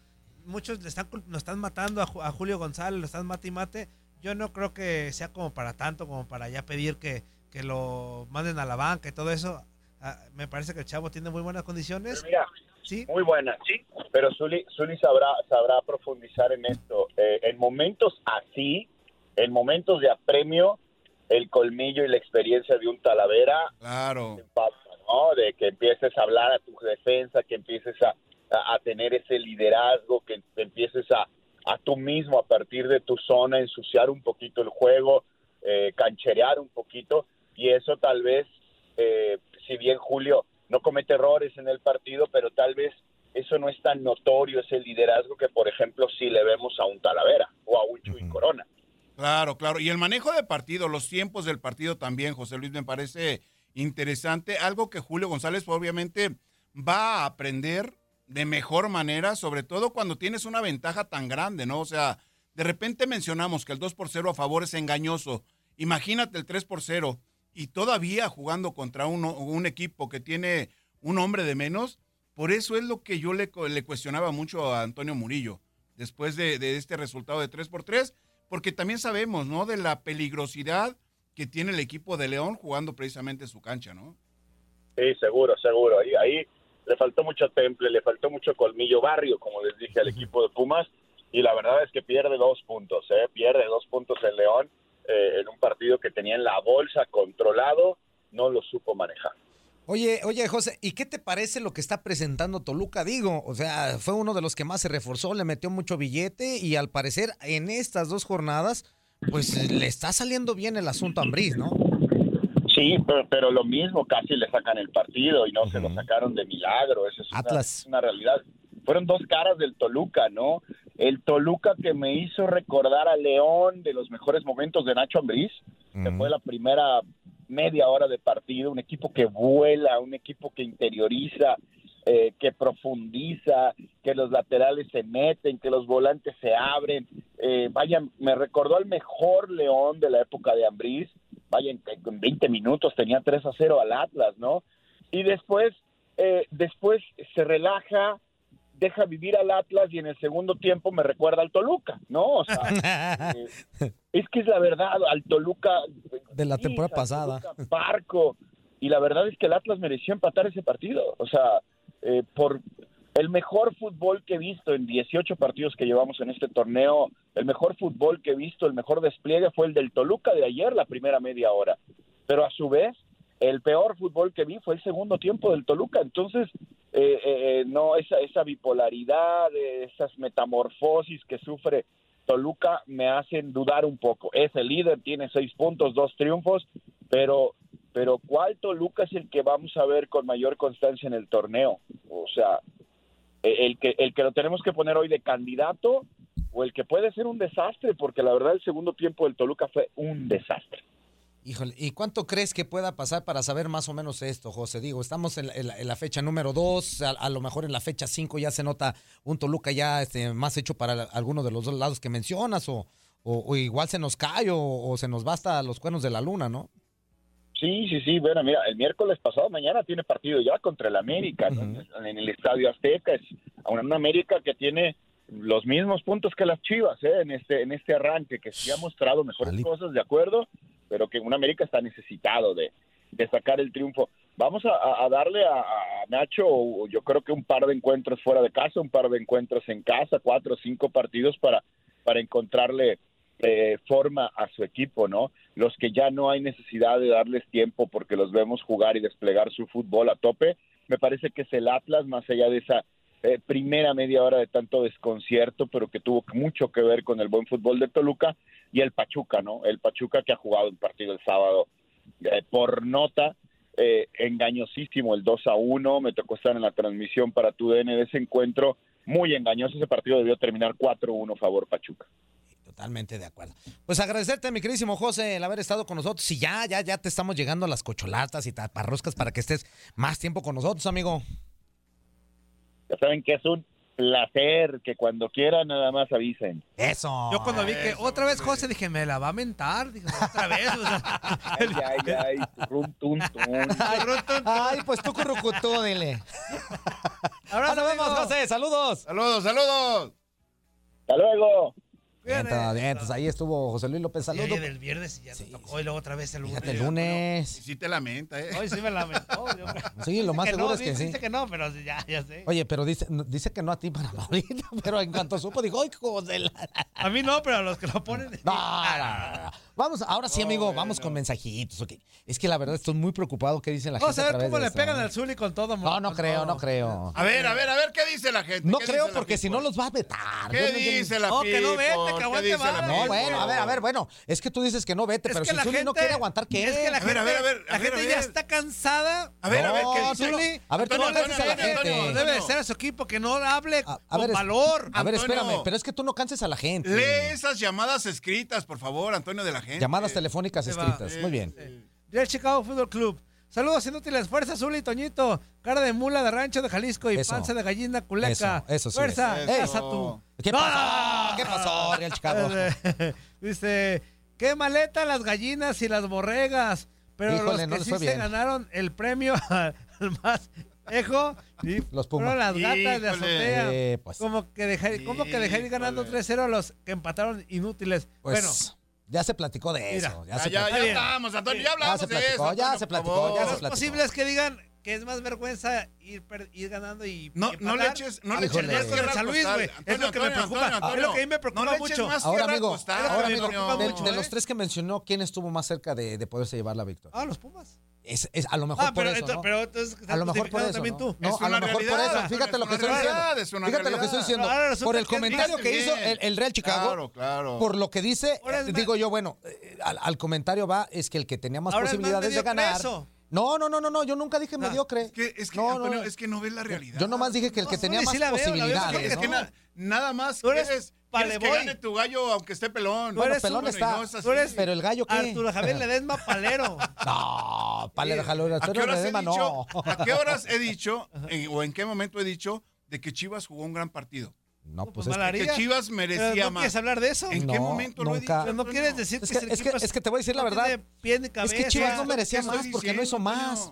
Speaker 3: muchos le están, cul- lo están matando a, Ju- a Julio González, lo están mate y mate. Yo no creo que sea como para tanto, como para ya pedir que, que lo manden a la banca y todo eso. Ah, me parece que el chavo tiene muy buenas condiciones.
Speaker 14: Muy buena, sí. Pero Zuli, Zuli sabrá, sabrá profundizar en esto. Eh, en momentos así, en momentos de apremio, el colmillo y la experiencia de un Talavera
Speaker 5: Claro.
Speaker 14: pasa, ¿no? De que empieces a hablar a tu defensa, que empieces a, a- a tener ese liderazgo, que te empieces a, a tú mismo, a partir de tu zona, ensuciar un poquito el juego, eh, cancherear un poquito. Y eso tal vez, eh, si bien Julio no comete errores en el partido, pero tal vez eso no es tan notorio, ese liderazgo que, por ejemplo, si le vemos a un Talavera o a un Chuy Corona.
Speaker 5: Claro, claro. Y el manejo de partido, los tiempos del partido también, José Luis, me parece interesante. Algo que Julio González obviamente va a aprender de mejor manera, sobre todo cuando tienes una ventaja tan grande, ¿no? O sea, de repente mencionamos que el 2 por 0 a favor es engañoso. Imagínate el 3 por 0 y todavía jugando contra uno- un equipo que tiene un hombre de menos. Por eso es lo que yo le, cu- le cuestionaba mucho a Antonio Murillo después de, de este resultado de 3 por 3 porque también sabemos, ¿no? De la peligrosidad que tiene el equipo de León jugando precisamente en su cancha, ¿no?
Speaker 14: Sí, seguro, seguro. Ahí, ahí le faltó mucho temple, le faltó mucho colmillo barrio, como les dije al equipo de Pumas. Y la verdad es que pierde dos puntos, ¿eh? pierde dos puntos el León eh, en un partido que tenía en la bolsa controlado, no lo supo manejar.
Speaker 2: Oye, oye, José, ¿y qué te parece lo que está presentando Toluca? Digo, o sea, fue uno de los que más se reforzó, le metió mucho billete y al parecer en estas dos jornadas, pues le está saliendo bien el asunto a Ambriz, ¿no?
Speaker 14: Sí, pero, pero lo mismo, casi le sacan el partido y no se lo sacaron de milagro. Eso es una-
Speaker 2: Atlas.
Speaker 14: es Una, realidad. Fueron dos caras del Toluca, ¿no? El Toluca que me hizo recordar a León de los mejores momentos de Nacho Ambriz, que fue la primera media hora de partido, un equipo que vuela, un equipo que interioriza, eh, que profundiza, que los laterales se meten, que los volantes se abren. Eh, vaya, me recordó al mejor León de la época de Ambriz. Vaya, en, en 20 minutos tenía 3 a 0 al Atlas, ¿no? Y después, eh, después se relaja, deja vivir al Atlas y en el segundo tiempo me recuerda al Toluca, ¿no? O sea, eh, es que es la verdad, al Toluca
Speaker 2: De la temporada pasada.
Speaker 14: barco. Y la verdad es que el Atlas mereció empatar ese partido. O sea, eh, por el mejor fútbol que he visto en 18 partidos que llevamos en este torneo, el mejor fútbol que he visto, el mejor despliegue fue el del Toluca de ayer, la primera media hora. Pero a su vez, el peor fútbol que vi fue el segundo tiempo del Toluca. Entonces, eh, eh, eh, no, esa, esa bipolaridad, eh, esas metamorfosis que sufre Toluca me hacen dudar un poco. Es el líder, tiene seis puntos, dos triunfos, pero, pero ¿cuál Toluca es el que vamos a ver con mayor constancia en el torneo? O sea, eh, el que, el que lo tenemos que poner hoy de candidato o el que puede ser un desastre, porque la verdad el segundo tiempo del Toluca fue un desastre.
Speaker 2: Híjole, ¿y cuánto crees que pueda pasar para saber más o menos esto, José? Digo, estamos en, la- en la- en la fecha número 2, a, a lo mejor en la fecha 5 ya se nota un Toluca ya este, más hecho para la- alguno de los dos lados que mencionas, o, o- o igual se nos cae o, o se nos basta los cuernos de la luna, ¿no?
Speaker 14: Sí, sí, sí. Bueno, mira, el miércoles pasado mañana tiene partido ya contra el América ¿no? en el Estadio Azteca. Es a una América que tiene los mismos puntos que las Chivas ¿eh? en este en este arranque, que sí ha mostrado mejores cosas, de acuerdo, pero que un América está necesitado de, de sacar el triunfo. Vamos a- a, a darle a, a Nacho, yo creo que un par de encuentros fuera de casa, un par de encuentros en casa, cuatro o cinco partidos para, para encontrarle eh, forma a su equipo, ¿no? Los que ya no hay necesidad de darles tiempo porque los vemos jugar y desplegar su fútbol a tope, me parece que es el Atlas, más allá de esa eh, primera media hora de tanto desconcierto, pero que tuvo mucho que ver con el buen fútbol de Toluca, y el Pachuca, ¿no? El Pachuca que ha jugado el partido el sábado eh, por nota, eh, engañosísimo el 2 a 1. Me tocó estar en la transmisión para tu DN de ese encuentro. Muy engañoso ese partido, debió terminar 4-1 favor Pachuca.
Speaker 2: Totalmente de acuerdo. Pues agradecerte, mi queridísimo José, el haber estado con nosotros. Y ya, ya, ya te estamos llegando a las cocholatas y taparroscas para que estés más tiempo con nosotros, amigo.
Speaker 14: Ya saben que es un placer que cuando quieran nada más avisen.
Speaker 2: Eso.
Speaker 3: Yo cuando vi que otra vez José dije, me la va a mentar. Dije, otra vez. o sea,
Speaker 14: Ay, ay, ay, rum, tum, tum.
Speaker 2: Ay, pues tú currucutú, dile.
Speaker 3: Ahora
Speaker 2: nos vemos, José. Saludos.
Speaker 5: Saludos, saludos.
Speaker 14: Hasta luego.
Speaker 2: Bien, entonces, bien, entonces ahí estuvo José Luis López.
Speaker 3: y
Speaker 2: Saludos.
Speaker 3: oye, del viernes y ya no tocó. Y luego otra vez el lunes.
Speaker 2: Fíjate, el lunes.
Speaker 5: Sí te lamenta, ¿eh?
Speaker 3: Hoy sí me lamentó. Dios mío.
Speaker 2: Sí, lo
Speaker 3: Dice
Speaker 2: más seguro
Speaker 3: no,
Speaker 2: es que
Speaker 3: dice-
Speaker 2: sí.
Speaker 3: Dice que no, pero ya, ya sé.
Speaker 2: Oye, pero dice, dice que no a ti para ahorita, pero en cuanto supo dijo, ¡ay, José!
Speaker 3: A mí no, pero a los que lo ponen.
Speaker 2: No, no, no, no. Vamos, ahora sí, amigo, vamos con mensajitos. ok. Es que la verdad estoy muy preocupado qué dice la
Speaker 3: Vamos
Speaker 2: gente.
Speaker 3: a ver
Speaker 2: través
Speaker 3: cómo
Speaker 2: de
Speaker 3: le
Speaker 2: esto,
Speaker 3: pegan
Speaker 2: ¿no?
Speaker 3: al Zuli con todo.
Speaker 2: No, no creo, no creo.
Speaker 5: A ver, a ver, a ver, ¿qué dice la gente?
Speaker 2: No
Speaker 5: ¿Qué
Speaker 2: creo
Speaker 5: dice la
Speaker 2: porque si no los va a vetar.
Speaker 5: ¿Qué
Speaker 2: Yo no- yo no-
Speaker 5: dice la No, que no people? vete, que ¿Qué aguante dice la vara. people?
Speaker 2: No, bueno, a ver, a ver, bueno. Es que tú dices que no vete,
Speaker 3: Es
Speaker 2: pero si
Speaker 3: que
Speaker 2: el
Speaker 3: la
Speaker 2: Zuli no
Speaker 3: gente-
Speaker 2: quiere aguantar, ¿qué?
Speaker 3: Es que la gente, la gente ya está cansada.
Speaker 2: A ver, a ver, ¿qué dice?
Speaker 3: Zuli,
Speaker 2: A ver, tú no canses a la gente.
Speaker 3: Debe de ser a su equipo que no hable
Speaker 2: A ver,
Speaker 3: con
Speaker 2: es-
Speaker 3: valor.
Speaker 2: A ver,
Speaker 5: Antonio.
Speaker 2: espérame, pero es que tú no canses a la gente.
Speaker 5: Lee esas llamadas escritas, por favor, Antonio de la
Speaker 3: Este,
Speaker 5: gente.
Speaker 2: Llamadas telefónicas
Speaker 5: Ahí va.
Speaker 2: escritas.
Speaker 5: Sí,
Speaker 2: Muy bien.
Speaker 3: Del este, Chicago Fútbol Club. Saludos inútiles, fuerza Zuli, Toñito, cara de mula de rancho de Jalisco y
Speaker 2: Eso.
Speaker 3: panza de gallina culeca.
Speaker 2: Eso, eso sí
Speaker 3: Fuerza,
Speaker 2: es.
Speaker 3: esa
Speaker 2: Eso.
Speaker 3: tú.
Speaker 2: ¿Qué
Speaker 3: ¡No!
Speaker 2: pasó? ¿Qué pasó, Real Chicago?
Speaker 3: Dice, qué maleta las gallinas y las borregas. Pero
Speaker 2: Híjole,
Speaker 3: los
Speaker 2: no
Speaker 3: que
Speaker 2: les
Speaker 3: sí
Speaker 2: fue
Speaker 3: se
Speaker 2: bien.
Speaker 3: ganaron el premio al al más ejo y
Speaker 2: Los Pumas.
Speaker 3: fueron las gatas de
Speaker 2: Híjole.
Speaker 3: azotea.
Speaker 2: Eh, pues.
Speaker 3: Como que dejar, como que dejar ir ganando 3-0 a los que empataron inútiles.
Speaker 2: Pues,
Speaker 3: bueno,
Speaker 2: ya se platicó de eso.
Speaker 3: mira. ah,
Speaker 2: Ya, se
Speaker 5: ya,
Speaker 2: platicó.
Speaker 5: ya estábamos, Antonio, ya hablamos
Speaker 2: se
Speaker 5: de
Speaker 2: platicó,
Speaker 5: eso.
Speaker 2: Ya
Speaker 5: Antonio,
Speaker 2: se
Speaker 5: por
Speaker 2: platicó,
Speaker 5: favor.
Speaker 2: ya
Speaker 3: lo
Speaker 2: se
Speaker 3: más
Speaker 2: platicó.
Speaker 3: posible es que digan que es más vergüenza ir, per- ir ganando y Ah,
Speaker 5: No, no le eches, no le eches
Speaker 3: Híjole.
Speaker 5: más
Speaker 3: Con el
Speaker 5: tierra al
Speaker 3: San Luis,
Speaker 5: costal.
Speaker 3: güey. Es
Speaker 5: Antonio,
Speaker 3: lo que me
Speaker 5: Antonio,
Speaker 3: preocupa.
Speaker 5: Antonio,
Speaker 3: Es lo que a mí me
Speaker 5: Antonio,
Speaker 3: preocupa
Speaker 5: no le eches
Speaker 3: mucho.
Speaker 5: más
Speaker 2: Ahora,
Speaker 5: tierra al
Speaker 2: amigo,
Speaker 5: costal,
Speaker 2: ahora,
Speaker 5: Antonio.
Speaker 2: amigo,
Speaker 3: preocupa
Speaker 2: de,
Speaker 3: mucho,
Speaker 2: de
Speaker 3: ¿eh?
Speaker 2: los tres que mencionó, ¿quién estuvo más cerca de, de poderse llevar la victoria?
Speaker 3: Ah, los Pumas.
Speaker 2: Es, es- a lo mejor
Speaker 3: Ah,
Speaker 2: por
Speaker 3: pero,
Speaker 2: eso,
Speaker 3: ento-
Speaker 2: ¿no?
Speaker 3: pero entonces
Speaker 2: A lo mejor por
Speaker 3: justificado
Speaker 2: eso,
Speaker 3: también
Speaker 2: ¿no?
Speaker 3: tú.
Speaker 2: No, a lo mejor por eso. Fíjate lo que estoy
Speaker 5: realidad, es
Speaker 2: diciendo.
Speaker 5: una
Speaker 2: Fíjate lo que estoy
Speaker 5: realidad.
Speaker 2: diciendo.
Speaker 5: Ahora resulta
Speaker 2: Por el
Speaker 5: que es
Speaker 2: comentario que
Speaker 5: bien.
Speaker 2: hizo el, el Real Chicago,
Speaker 5: Claro, claro.
Speaker 2: por lo que dice, eh, digo yo, bueno, eh, al, al comentario va, es que el que tenía más
Speaker 5: Ahora es más
Speaker 2: posibilidades de
Speaker 5: mediocre
Speaker 2: ganar.
Speaker 5: eso.
Speaker 2: No, no, no, no, no, yo nunca dije mediocre. Es
Speaker 5: que, es que, Antonio, es que no ves la realidad.
Speaker 2: Yo nomás dije que el que
Speaker 5: No,
Speaker 2: tenía
Speaker 5: sí
Speaker 2: más
Speaker 5: la veo, la veo,
Speaker 2: posibilidades.
Speaker 5: porque
Speaker 2: ¿no?
Speaker 5: es que na- nada más
Speaker 3: Tú eres
Speaker 5: quieres, quieres que
Speaker 3: paleboy.
Speaker 5: gane tu gallo aunque esté pelón.
Speaker 2: Bueno, pelón
Speaker 5: bueno, y
Speaker 2: está.
Speaker 5: no es así.
Speaker 2: Tú eres- pero el gallo qué.
Speaker 3: Arturo Javier Ledesma Palero.
Speaker 2: No, palero, jalón,
Speaker 5: ¿A qué
Speaker 2: Antonio
Speaker 5: horas he
Speaker 2: Ledesma, no.
Speaker 5: dicho, ¿A qué horas he dicho en- o en qué momento he dicho de que Chivas jugó un gran partido?
Speaker 2: No, pues,
Speaker 5: es que- que Chivas merecía
Speaker 3: Pero
Speaker 5: más.
Speaker 3: ¿No quieres hablar de eso?
Speaker 5: ¿En qué momento lo he dicho?
Speaker 3: Pero no quieres decir
Speaker 2: Es
Speaker 3: que,
Speaker 2: que-
Speaker 3: ese
Speaker 2: es que-
Speaker 3: equipo
Speaker 2: es que te voy a decir la
Speaker 3: no
Speaker 2: verdad.
Speaker 3: tiene pie ni
Speaker 2: Es que
Speaker 3: cabeza.
Speaker 2: Chivas no merecía más porque no hizo más.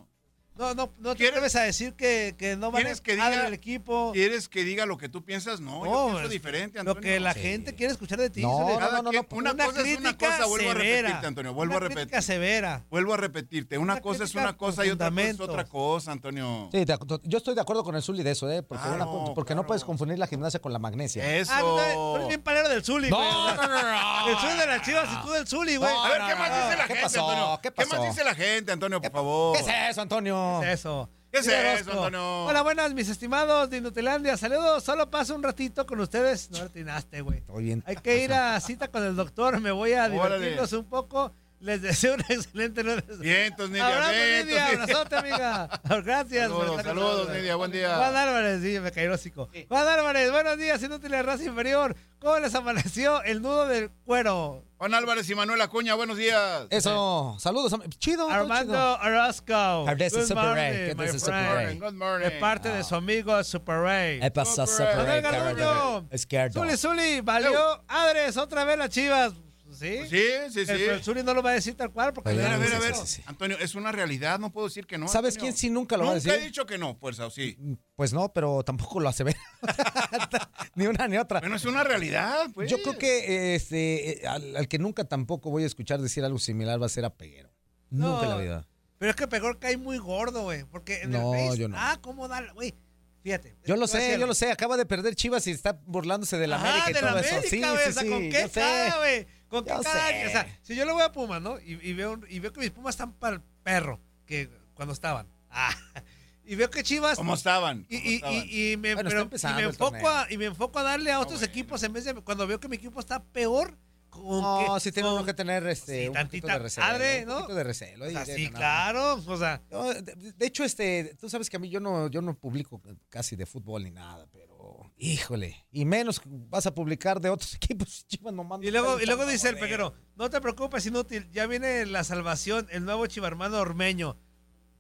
Speaker 3: No, no, no te atreves a decir que, que no van a
Speaker 5: ¿Quieres que diga
Speaker 3: el equipo.
Speaker 5: ¿Quieres que diga lo que tú piensas? No, yo
Speaker 3: No,
Speaker 5: pienso
Speaker 3: Oh, es-
Speaker 5: diferente,
Speaker 3: Lo
Speaker 5: Antonio.
Speaker 3: que la gente quiere escuchar de ti.
Speaker 5: No,
Speaker 3: Zuli.
Speaker 5: no, no, no, no, una cosa es una
Speaker 3: crítica
Speaker 5: cosa, vuelvo a repetirte,
Speaker 3: severa.
Speaker 5: Antonio, vuelvo
Speaker 3: Una
Speaker 5: a repetir.
Speaker 3: crítica severa.
Speaker 5: Vuelvo a repetirte, una,
Speaker 3: Una
Speaker 5: cosa es
Speaker 3: crítica
Speaker 5: una
Speaker 3: con
Speaker 5: cosa y otra cosa es
Speaker 3: fundamentos.
Speaker 5: otra cosa, Antonio.
Speaker 2: Sí, de acu- yo estoy de acuerdo con el Zully de eso, ¿eh? Porque,
Speaker 5: Ah, Claro,
Speaker 2: una- porque no puedes confundir la gimnasia con la magnesia.
Speaker 5: Eso.
Speaker 3: Ah, tú eres- tú eres bien palero del Zuli,
Speaker 2: No,
Speaker 3: güey.
Speaker 2: no, no, no, no.
Speaker 3: El Zuli de las Chivas y tú del Zuli, güey.
Speaker 2: No,
Speaker 5: A ver, ¿qué más dice la
Speaker 2: ¿Qué
Speaker 5: gente,
Speaker 2: pasó?
Speaker 5: Antonio?
Speaker 2: ¿Qué
Speaker 5: más
Speaker 2: pasó?
Speaker 5: dice la gente, Antonio, por favor?
Speaker 2: ¿Qué es eso, Antonio?
Speaker 3: ¿Qué es eso?
Speaker 5: ¿Qué es
Speaker 3: Mira,
Speaker 5: eso,
Speaker 3: Orozco.
Speaker 5: Antonio?
Speaker 3: Hola, buenas, mis estimados de Inutilandia. Saludos, solo paso un ratito con ustedes. No le atinaste, güey.
Speaker 2: Estoy bien.
Speaker 3: Hay que ir a cita con el doctor. Me voy a
Speaker 2: Órale.
Speaker 3: divertirnos un poco Les deseo un excelente lunes.
Speaker 5: Vientos, Nidia,
Speaker 3: Abrazo,
Speaker 5: vientos,
Speaker 3: Nidia.
Speaker 5: Nidia.
Speaker 3: Abrazote, amiga. Gracias. por
Speaker 5: Saludos,
Speaker 3: estar con
Speaker 5: saludos,
Speaker 3: nosotros.
Speaker 5: Nidia, buen día.
Speaker 3: Juan Álvarez, sí, me cayó el hocico. Juan Álvarez, buenos días, inútil de raza inferior. ¿Cómo les amaneció el nudo del cuero?
Speaker 5: Juan Álvarez y Manuel Acuña, buenos días.
Speaker 2: Eso, saludos. am- Chido. todo
Speaker 3: Armando
Speaker 2: chido.
Speaker 3: Orozco.
Speaker 2: Ardes
Speaker 3: Good
Speaker 2: Super Ray,
Speaker 3: morning,
Speaker 2: que
Speaker 3: my
Speaker 2: dice Super
Speaker 3: friend.
Speaker 2: Ray. Ah.
Speaker 5: Good morning.
Speaker 3: De parte de su amigo Super Ray.
Speaker 2: ¿Qué pasó, Super Ray,
Speaker 3: Manuel
Speaker 2: cabrón?
Speaker 3: Garduño.
Speaker 2: Izquierdo.
Speaker 3: Zuli, Zuli, valió Adres otra vez las chivas. ¿Sí?
Speaker 2: Pues
Speaker 5: Sí, sí, sí.
Speaker 3: El- pero el Zuli no lo va a decir tal cual porque
Speaker 5: A
Speaker 3: le
Speaker 5: ver,
Speaker 3: da
Speaker 5: a ver, a ver.
Speaker 3: vergüenza.
Speaker 5: Antonio, es una realidad, no puedo decir que no.
Speaker 2: ¿Sabes
Speaker 5: Antonio.
Speaker 2: quién sí nunca lo va a
Speaker 5: Nunca he
Speaker 2: decir?
Speaker 5: dicho que no, fuerza, o sí.
Speaker 2: Pues no, pero tampoco lo hace ver. ni una ni otra.
Speaker 5: Bueno, es una realidad, pues.
Speaker 2: Yo creo que eh, este, eh, al, al que nunca tampoco voy a escuchar decir algo similar va a ser a Peguero.
Speaker 3: No.
Speaker 2: Nunca en la vida.
Speaker 3: Pero es que Pegor cae muy gordo, güey. Porque en
Speaker 2: No,
Speaker 3: el Face,
Speaker 2: yo no.
Speaker 3: ah, cómo da, la- güey. Fíjate.
Speaker 2: Yo lo
Speaker 3: Te voy a
Speaker 2: sé,
Speaker 3: decir
Speaker 2: yo
Speaker 3: algo.
Speaker 2: lo sé. Acaba de perder Chivas y está burlándose de la
Speaker 3: Ajá,
Speaker 2: América y
Speaker 3: Ah, de la
Speaker 2: todo eso.
Speaker 3: América,
Speaker 2: Sí,
Speaker 3: güey,
Speaker 2: sí,
Speaker 3: o sea,
Speaker 2: sí,
Speaker 3: ¿con
Speaker 2: yo
Speaker 3: qué
Speaker 2: sé.
Speaker 3: cara, güey? ¿Con qué
Speaker 2: Yo
Speaker 3: cara?
Speaker 2: sé.
Speaker 3: O sea, si yo le voy a Pumas, ¿no? Y, y veo, y veo que mis Pumas están para el perro, que cuando estaban. Ah, y veo que Chivas...
Speaker 5: ¿Cómo estaban?
Speaker 3: Y,
Speaker 5: ¿Cómo
Speaker 3: y-
Speaker 5: estaban?
Speaker 3: y- y me,
Speaker 5: Bueno, está
Speaker 3: pero- y
Speaker 5: empezando
Speaker 3: me
Speaker 5: el
Speaker 3: enfoco
Speaker 5: torneo.
Speaker 3: a, y me enfoco a darle a otros equipos en vez de... Cuando veo que mi equipo está peor... Con
Speaker 2: No,
Speaker 3: que,
Speaker 2: sí tiene uno
Speaker 3: con-
Speaker 2: que tener este,
Speaker 3: sí,
Speaker 2: un poquito
Speaker 3: tantita
Speaker 2: de recelo.
Speaker 3: madre,
Speaker 2: un
Speaker 3: ¿no?
Speaker 2: poquito de recelo.
Speaker 3: O sea,
Speaker 2: y de-
Speaker 3: sí,
Speaker 2: no, no.
Speaker 3: claro, pues, o sea...
Speaker 2: No, de, de hecho, este, tú sabes que a mí yo no, yo no publico casi de fútbol ni nada, pero híjole, y menos vas a publicar de otros equipos. Chivas no manda
Speaker 3: Y luego,
Speaker 2: tanto
Speaker 3: y luego
Speaker 2: a
Speaker 3: dice el
Speaker 2: joder.
Speaker 3: pequero, no te preocupes, inútil, ya viene la salvación, el nuevo chivarmano ormeño.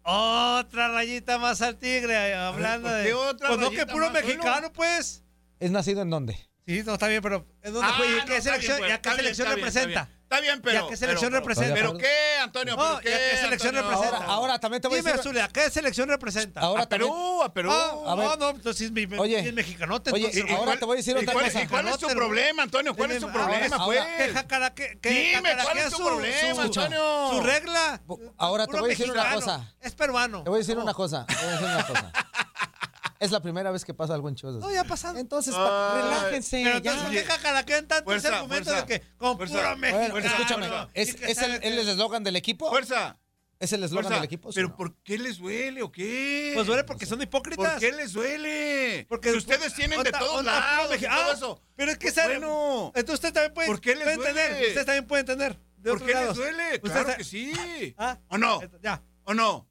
Speaker 3: Otra rayita más al tigre, hablando
Speaker 5: ¿por qué
Speaker 3: de...
Speaker 5: otra
Speaker 3: pues no
Speaker 5: rayita
Speaker 3: que puro
Speaker 5: más?
Speaker 3: mexicano, pues.
Speaker 2: ¿Es nacido en dónde?
Speaker 3: Sí, no, está bien, pero ¿en dónde
Speaker 5: Ah,
Speaker 3: fue? ¿Y a
Speaker 5: no,
Speaker 3: qué
Speaker 5: está
Speaker 3: selección,
Speaker 5: bien,
Speaker 3: y a qué
Speaker 5: está bien,
Speaker 3: selección
Speaker 5: está bien, está
Speaker 3: representa?
Speaker 5: bien. Está bien, pero.
Speaker 3: ¿Y a qué selección
Speaker 5: pero-
Speaker 3: representa?
Speaker 5: ¿Pero qué, Antonio?
Speaker 3: No,
Speaker 5: ¿Pero
Speaker 3: ¿y
Speaker 5: qué?
Speaker 3: a qué selección
Speaker 5: Antonio?
Speaker 3: representa?
Speaker 2: ahora también te voy a
Speaker 3: Dime,
Speaker 2: decir-
Speaker 3: Azul, ¿a qué selección representa?
Speaker 2: Ahora A también-
Speaker 5: Perú, a Perú.
Speaker 3: Ah,
Speaker 2: A ver.
Speaker 3: no, no, entonces sí es mi,
Speaker 2: Oye.
Speaker 3: es mexicanote.
Speaker 2: Oye,
Speaker 3: entonces,
Speaker 2: y ahora
Speaker 3: ¿cuál-
Speaker 2: te voy a decir
Speaker 3: y
Speaker 2: otra
Speaker 3: cuál-
Speaker 2: cosa.
Speaker 3: y cuál es tu
Speaker 5: Mexicanote,
Speaker 3: problema, Antonio? ¿Cuál es tu
Speaker 5: Ahora,
Speaker 3: problema,
Speaker 5: ahora.
Speaker 3: pues?
Speaker 5: ¿Qué jacara-
Speaker 3: qué- qué
Speaker 5: Dime, ¿cuál
Speaker 3: jacaraquea
Speaker 5: es tu
Speaker 3: su-
Speaker 5: problema,
Speaker 3: su-
Speaker 5: Antonio?
Speaker 3: su regla?
Speaker 2: Ahora te
Speaker 3: Puro
Speaker 2: voy a decir una
Speaker 3: mexicano.
Speaker 2: cosa.
Speaker 3: Es peruano.
Speaker 2: Te voy a decir una cosa, te voy a decir una cosa. Es la primera vez que pasa algo en Chivas.
Speaker 3: No, ya ha pasado.
Speaker 2: Pues, Entonces, pa-
Speaker 3: Ay.
Speaker 2: relájense,
Speaker 3: Pero
Speaker 2: ya.
Speaker 3: entonces, ¿por qué cacaraquean tanto
Speaker 2: Fuerza,
Speaker 3: ese argumento
Speaker 2: fuerza,
Speaker 3: de que con
Speaker 2: fuerza.
Speaker 3: puro
Speaker 2: Bueno,
Speaker 3: mexicano?
Speaker 2: escúchame,
Speaker 3: no?
Speaker 2: ¿es,
Speaker 3: Y que
Speaker 2: es el,
Speaker 3: sabe que-
Speaker 2: el eslogan del equipo?
Speaker 5: Fuerza.
Speaker 2: ¿Es el eslogan
Speaker 5: Fuerza.
Speaker 2: del equipo? sí o
Speaker 5: ¿Pero
Speaker 2: no?
Speaker 5: por qué les duele o qué?
Speaker 3: Pues duele porque son hipócritas.
Speaker 5: ¿Por qué les duele?
Speaker 3: Porque pues,
Speaker 5: Porque ustedes tienen de
Speaker 3: onda-
Speaker 5: todos
Speaker 3: onda puro
Speaker 5: lados y
Speaker 3: mexicano.
Speaker 5: todo
Speaker 3: Ah,
Speaker 5: eso.
Speaker 3: Pero es que
Speaker 5: Pues
Speaker 3: sabe-
Speaker 5: Bueno,
Speaker 3: Entonces usted también puede,
Speaker 5: ¿Por qué les
Speaker 3: puede
Speaker 5: duele?
Speaker 3: entender. Usted también puede entender. de
Speaker 5: ¿por
Speaker 3: otros
Speaker 5: qué les
Speaker 3: lados.
Speaker 5: duele?
Speaker 3: Usted
Speaker 5: Claro
Speaker 3: sabe-
Speaker 5: que sí.
Speaker 3: Ah.
Speaker 5: ¿O no?
Speaker 3: Ya.
Speaker 5: ¿O no?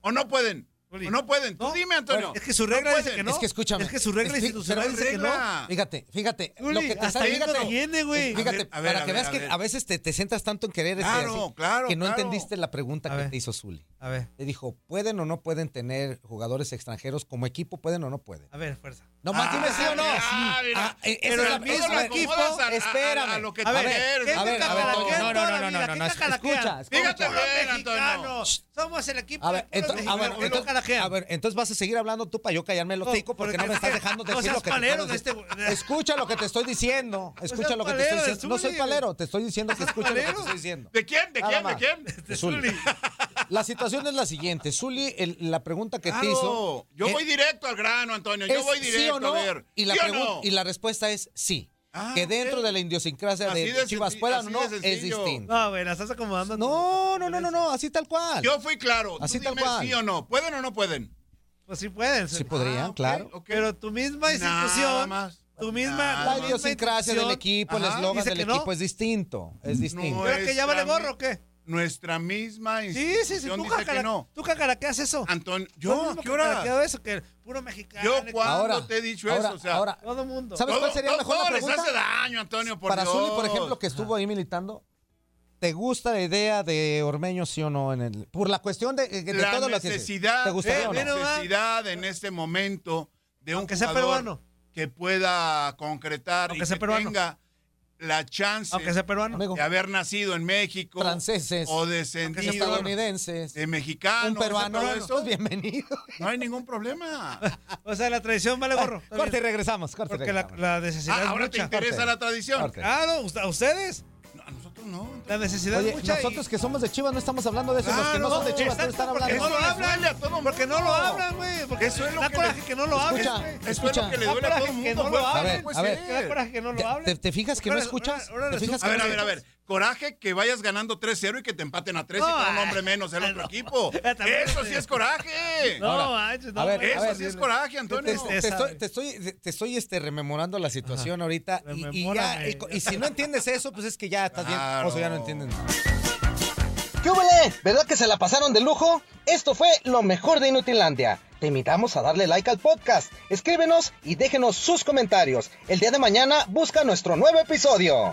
Speaker 5: ¿O no pueden?
Speaker 3: Zuli.
Speaker 5: ¿O no pueden? Tú dime, Antonio.
Speaker 3: Bueno, es que su regla dice
Speaker 5: pueden.
Speaker 3: que no.
Speaker 2: Es que escúchame.
Speaker 3: Es que su regla
Speaker 2: Expli-
Speaker 3: institucional
Speaker 2: pero-
Speaker 3: dice que no.
Speaker 2: Fíjate, fíjate. lo
Speaker 3: Uli,
Speaker 2: que te
Speaker 3: hasta
Speaker 2: sale,
Speaker 3: ahí no
Speaker 2: fíjate.
Speaker 3: te viene, güey.
Speaker 2: Fíjate,
Speaker 3: A ver, a
Speaker 2: para
Speaker 3: ver,
Speaker 2: que
Speaker 3: a
Speaker 2: veas
Speaker 3: ver, a
Speaker 2: que
Speaker 3: ver.
Speaker 2: a veces te, te sientas tanto en querer este,
Speaker 3: Claro,
Speaker 2: así,
Speaker 3: claro,
Speaker 2: que no
Speaker 3: claro.
Speaker 2: entendiste la pregunta
Speaker 3: A
Speaker 2: que
Speaker 3: ver.
Speaker 2: te hizo Zuli.
Speaker 3: A ver.
Speaker 2: Te dijo, ¿pueden o no pueden tener jugadores extranjeros como equipo? ¿Pueden o no pueden?
Speaker 3: A ver, fuerza.
Speaker 2: No más
Speaker 3: Ah,
Speaker 2: dime sí o no.
Speaker 3: mira, ah, mira.
Speaker 2: Ah, eh, esa
Speaker 3: Pero
Speaker 2: es la-
Speaker 3: el mismo
Speaker 2: esa es la-
Speaker 3: equipo-
Speaker 2: acomodas espérame.
Speaker 5: a lo que
Speaker 2: a ver,
Speaker 5: tú quieres,
Speaker 2: a
Speaker 5: ¿no?
Speaker 2: ver, a ver,
Speaker 5: Cacalaquean
Speaker 2: Toño, no,
Speaker 5: toda la
Speaker 2: no, no, no,
Speaker 5: vida,
Speaker 2: no,
Speaker 5: ¿qué
Speaker 2: no, escucha,
Speaker 5: cacalaquean? Fíjate
Speaker 2: escucha.
Speaker 5: bien,
Speaker 3: Mexicano.
Speaker 2: Shh.
Speaker 3: Somos el equipo
Speaker 2: A ver,
Speaker 3: de
Speaker 2: ento-
Speaker 3: puros
Speaker 2: a ver,
Speaker 3: mexicanos.
Speaker 2: entonces, a ver, entonces vas a seguir hablando tú para yo callarme el hocico porque no me estás dejando
Speaker 3: no
Speaker 2: decir
Speaker 3: seas
Speaker 2: lo que
Speaker 3: palero
Speaker 2: te
Speaker 5: este
Speaker 3: de
Speaker 2: estoy diciendo. Escucha lo que te estoy diciendo. Escucha
Speaker 3: seas
Speaker 2: lo que te estoy
Speaker 3: palero de
Speaker 2: diciendo. No soy
Speaker 3: Zuli.
Speaker 2: palero, te estoy diciendo que escucha lo que te
Speaker 3: palero.
Speaker 2: estoy diciendo.
Speaker 5: ¿De quién? ¿De
Speaker 2: Nada
Speaker 5: quién? ¿De
Speaker 2: más.
Speaker 5: quién?
Speaker 2: De Zuli. La situación es la siguiente. Zuli, el- la pregunta que te
Speaker 5: Claro,
Speaker 2: hizo.
Speaker 5: yo
Speaker 2: eh,
Speaker 5: voy directo al grano, Antonio. Yo
Speaker 2: es
Speaker 5: voy directo,
Speaker 2: sí o no,
Speaker 5: a ver.
Speaker 2: Y la,
Speaker 5: ¿Sí o
Speaker 2: pregun-
Speaker 5: no?
Speaker 2: y la respuesta es sí.
Speaker 5: Ah,
Speaker 2: que dentro
Speaker 5: ok.
Speaker 2: de la idiosincrasia
Speaker 5: Así
Speaker 2: de,
Speaker 5: de
Speaker 2: Chivas
Speaker 5: sencillo,
Speaker 2: puedan
Speaker 5: así
Speaker 2: o no
Speaker 5: de
Speaker 2: es
Speaker 5: sencillo.
Speaker 2: distinto.
Speaker 3: No, güey, la estás acomodando.
Speaker 2: No, no, no, no, no, así tal cual.
Speaker 5: Yo fui claro.
Speaker 2: Así
Speaker 5: Así
Speaker 2: tal
Speaker 5: dime
Speaker 2: cual.
Speaker 5: sí o no. ¿Pueden o no pueden? Ah,
Speaker 3: Pues sí pueden.
Speaker 2: Sí podrían, claro.
Speaker 3: Pero tu misma
Speaker 5: Nada
Speaker 3: institución.
Speaker 5: más.
Speaker 3: Tu misma.
Speaker 2: Ah, La
Speaker 3: tu misma
Speaker 2: idiosincrasia del
Speaker 3: institución,
Speaker 2: equipo, el
Speaker 3: ajá,
Speaker 2: eslogan
Speaker 3: dice
Speaker 2: del
Speaker 3: que no.
Speaker 2: equipo es distinto. Es distinto.
Speaker 3: ¿Pero que ya vale
Speaker 5: Nuestra
Speaker 3: gorro o qué?
Speaker 5: Nuestra misma
Speaker 3: Sí, sí, sí.
Speaker 5: institución
Speaker 3: Tú,
Speaker 5: dice que
Speaker 3: jacara-
Speaker 5: no.
Speaker 3: tú cacaraqueas eso.
Speaker 5: Antonio,
Speaker 3: Tú
Speaker 5: ¿yo?
Speaker 3: mismo
Speaker 5: ¿Qué hora?
Speaker 3: cacaraqueado eso, que puro mexicano.
Speaker 5: ¿Yo
Speaker 3: que-
Speaker 5: cuándo te he dicho
Speaker 2: ahora,
Speaker 5: eso? O sea,
Speaker 2: ahora,
Speaker 3: Todo mundo.
Speaker 2: ¿Sabes cuál sería
Speaker 5: todo-
Speaker 2: mejor la
Speaker 5: todo les
Speaker 2: pregunta?
Speaker 5: hace daño, Antonio, por
Speaker 2: Para Zuli, por
Speaker 5: Dios.
Speaker 2: ejemplo, que estuvo ahí militando, ¿te gusta la idea de Ormeño, sí o no? En el, por la cuestión de, de
Speaker 5: la
Speaker 2: todo lo que
Speaker 5: necesidad, eh,
Speaker 2: ¿Te gustaría
Speaker 5: la
Speaker 2: o no?
Speaker 5: necesidad en este momento de un
Speaker 3: sea
Speaker 5: jugador
Speaker 3: peruano.
Speaker 5: que pueda concretar
Speaker 3: Aunque
Speaker 5: y
Speaker 3: sea
Speaker 5: que
Speaker 3: peruano.
Speaker 5: tenga la chance
Speaker 3: Aunque sea peruano.
Speaker 5: de haber nacido en México
Speaker 2: Franceses.
Speaker 5: o descendido
Speaker 2: estadounidenses,
Speaker 5: de mexicano
Speaker 2: un
Speaker 5: aunque sea
Speaker 2: peruano,
Speaker 5: todo eso,
Speaker 2: pues bienvenido.
Speaker 5: no hay ningún problema
Speaker 3: O sea, la tradición vale gorro. Está
Speaker 2: Ah, Corte y
Speaker 3: bien.
Speaker 2: regresamos, corte y
Speaker 3: Porque la,
Speaker 2: regresamos.
Speaker 3: la necesidad
Speaker 5: Ah,
Speaker 3: es
Speaker 5: ahora te
Speaker 3: mucha.
Speaker 5: interesa la tradición.
Speaker 2: Corte.
Speaker 3: Claro, usted- a ustedes.
Speaker 5: a nosotros no
Speaker 3: La necesidad
Speaker 2: Oye,
Speaker 3: es mucha. y-
Speaker 2: nosotros que somos de Chivas no estamos hablando de eso, los que
Speaker 3: Claro,
Speaker 2: no son de Chivas no
Speaker 3: exacto,
Speaker 2: están
Speaker 3: porque
Speaker 2: hablando
Speaker 3: no
Speaker 2: de
Speaker 3: lo
Speaker 2: eso.
Speaker 3: hablan, porque no lo hablan, güey. Porque
Speaker 5: Eso es lo
Speaker 3: da
Speaker 5: que
Speaker 3: coraje
Speaker 5: le-
Speaker 3: que no lo hablen.
Speaker 2: Escucha,
Speaker 3: güey.
Speaker 2: escucha.
Speaker 5: que le duele a
Speaker 3: Da
Speaker 5: todo el
Speaker 3: coraje que
Speaker 5: mundo
Speaker 3: no lo
Speaker 5: fuerza.
Speaker 2: A
Speaker 3: hablen,
Speaker 2: ver,
Speaker 3: pues,
Speaker 2: a ver.
Speaker 3: sí. Da coraje que no
Speaker 2: ¿Te-
Speaker 3: lo hablen.
Speaker 2: ¿Te, te fijas que no
Speaker 3: Ahora-
Speaker 2: escuchas?
Speaker 3: ahora
Speaker 2: ¿Te fijas
Speaker 5: A ver,
Speaker 2: que
Speaker 5: a
Speaker 2: no
Speaker 5: ver, a
Speaker 2: escuchas?
Speaker 5: ver. Coraje que vayas ganando 3-0 y que te empaten a 3 y
Speaker 3: No,
Speaker 5: con un
Speaker 3: ah,
Speaker 5: hombre menos el otro equipo.
Speaker 3: también
Speaker 5: Eso
Speaker 3: no
Speaker 5: sí
Speaker 3: sé.
Speaker 5: es coraje.
Speaker 3: No,
Speaker 2: Ahora,
Speaker 3: manches, eh. no,
Speaker 2: a ver,
Speaker 3: güey.
Speaker 5: Eso
Speaker 2: a ver,
Speaker 5: sí es coraje,
Speaker 2: Te,
Speaker 5: Antonio.
Speaker 2: te estoy, te estoy, te estoy, este, rememorando la situación ahorita y, y ya-
Speaker 3: Rememórame.
Speaker 2: y co- y si no entiendes eso, pues es que ya estás bien,
Speaker 5: Claro.
Speaker 2: o sea, ya no entiendes nada. ¿Qué huele? ¿Verdad que se la pasaron de lujo? Esto fue lo mejor de Inutilandia. Te invitamos a darle like al podcast, escríbenos y déjenos sus comentarios. El día de mañana busca nuestro nuevo episodio.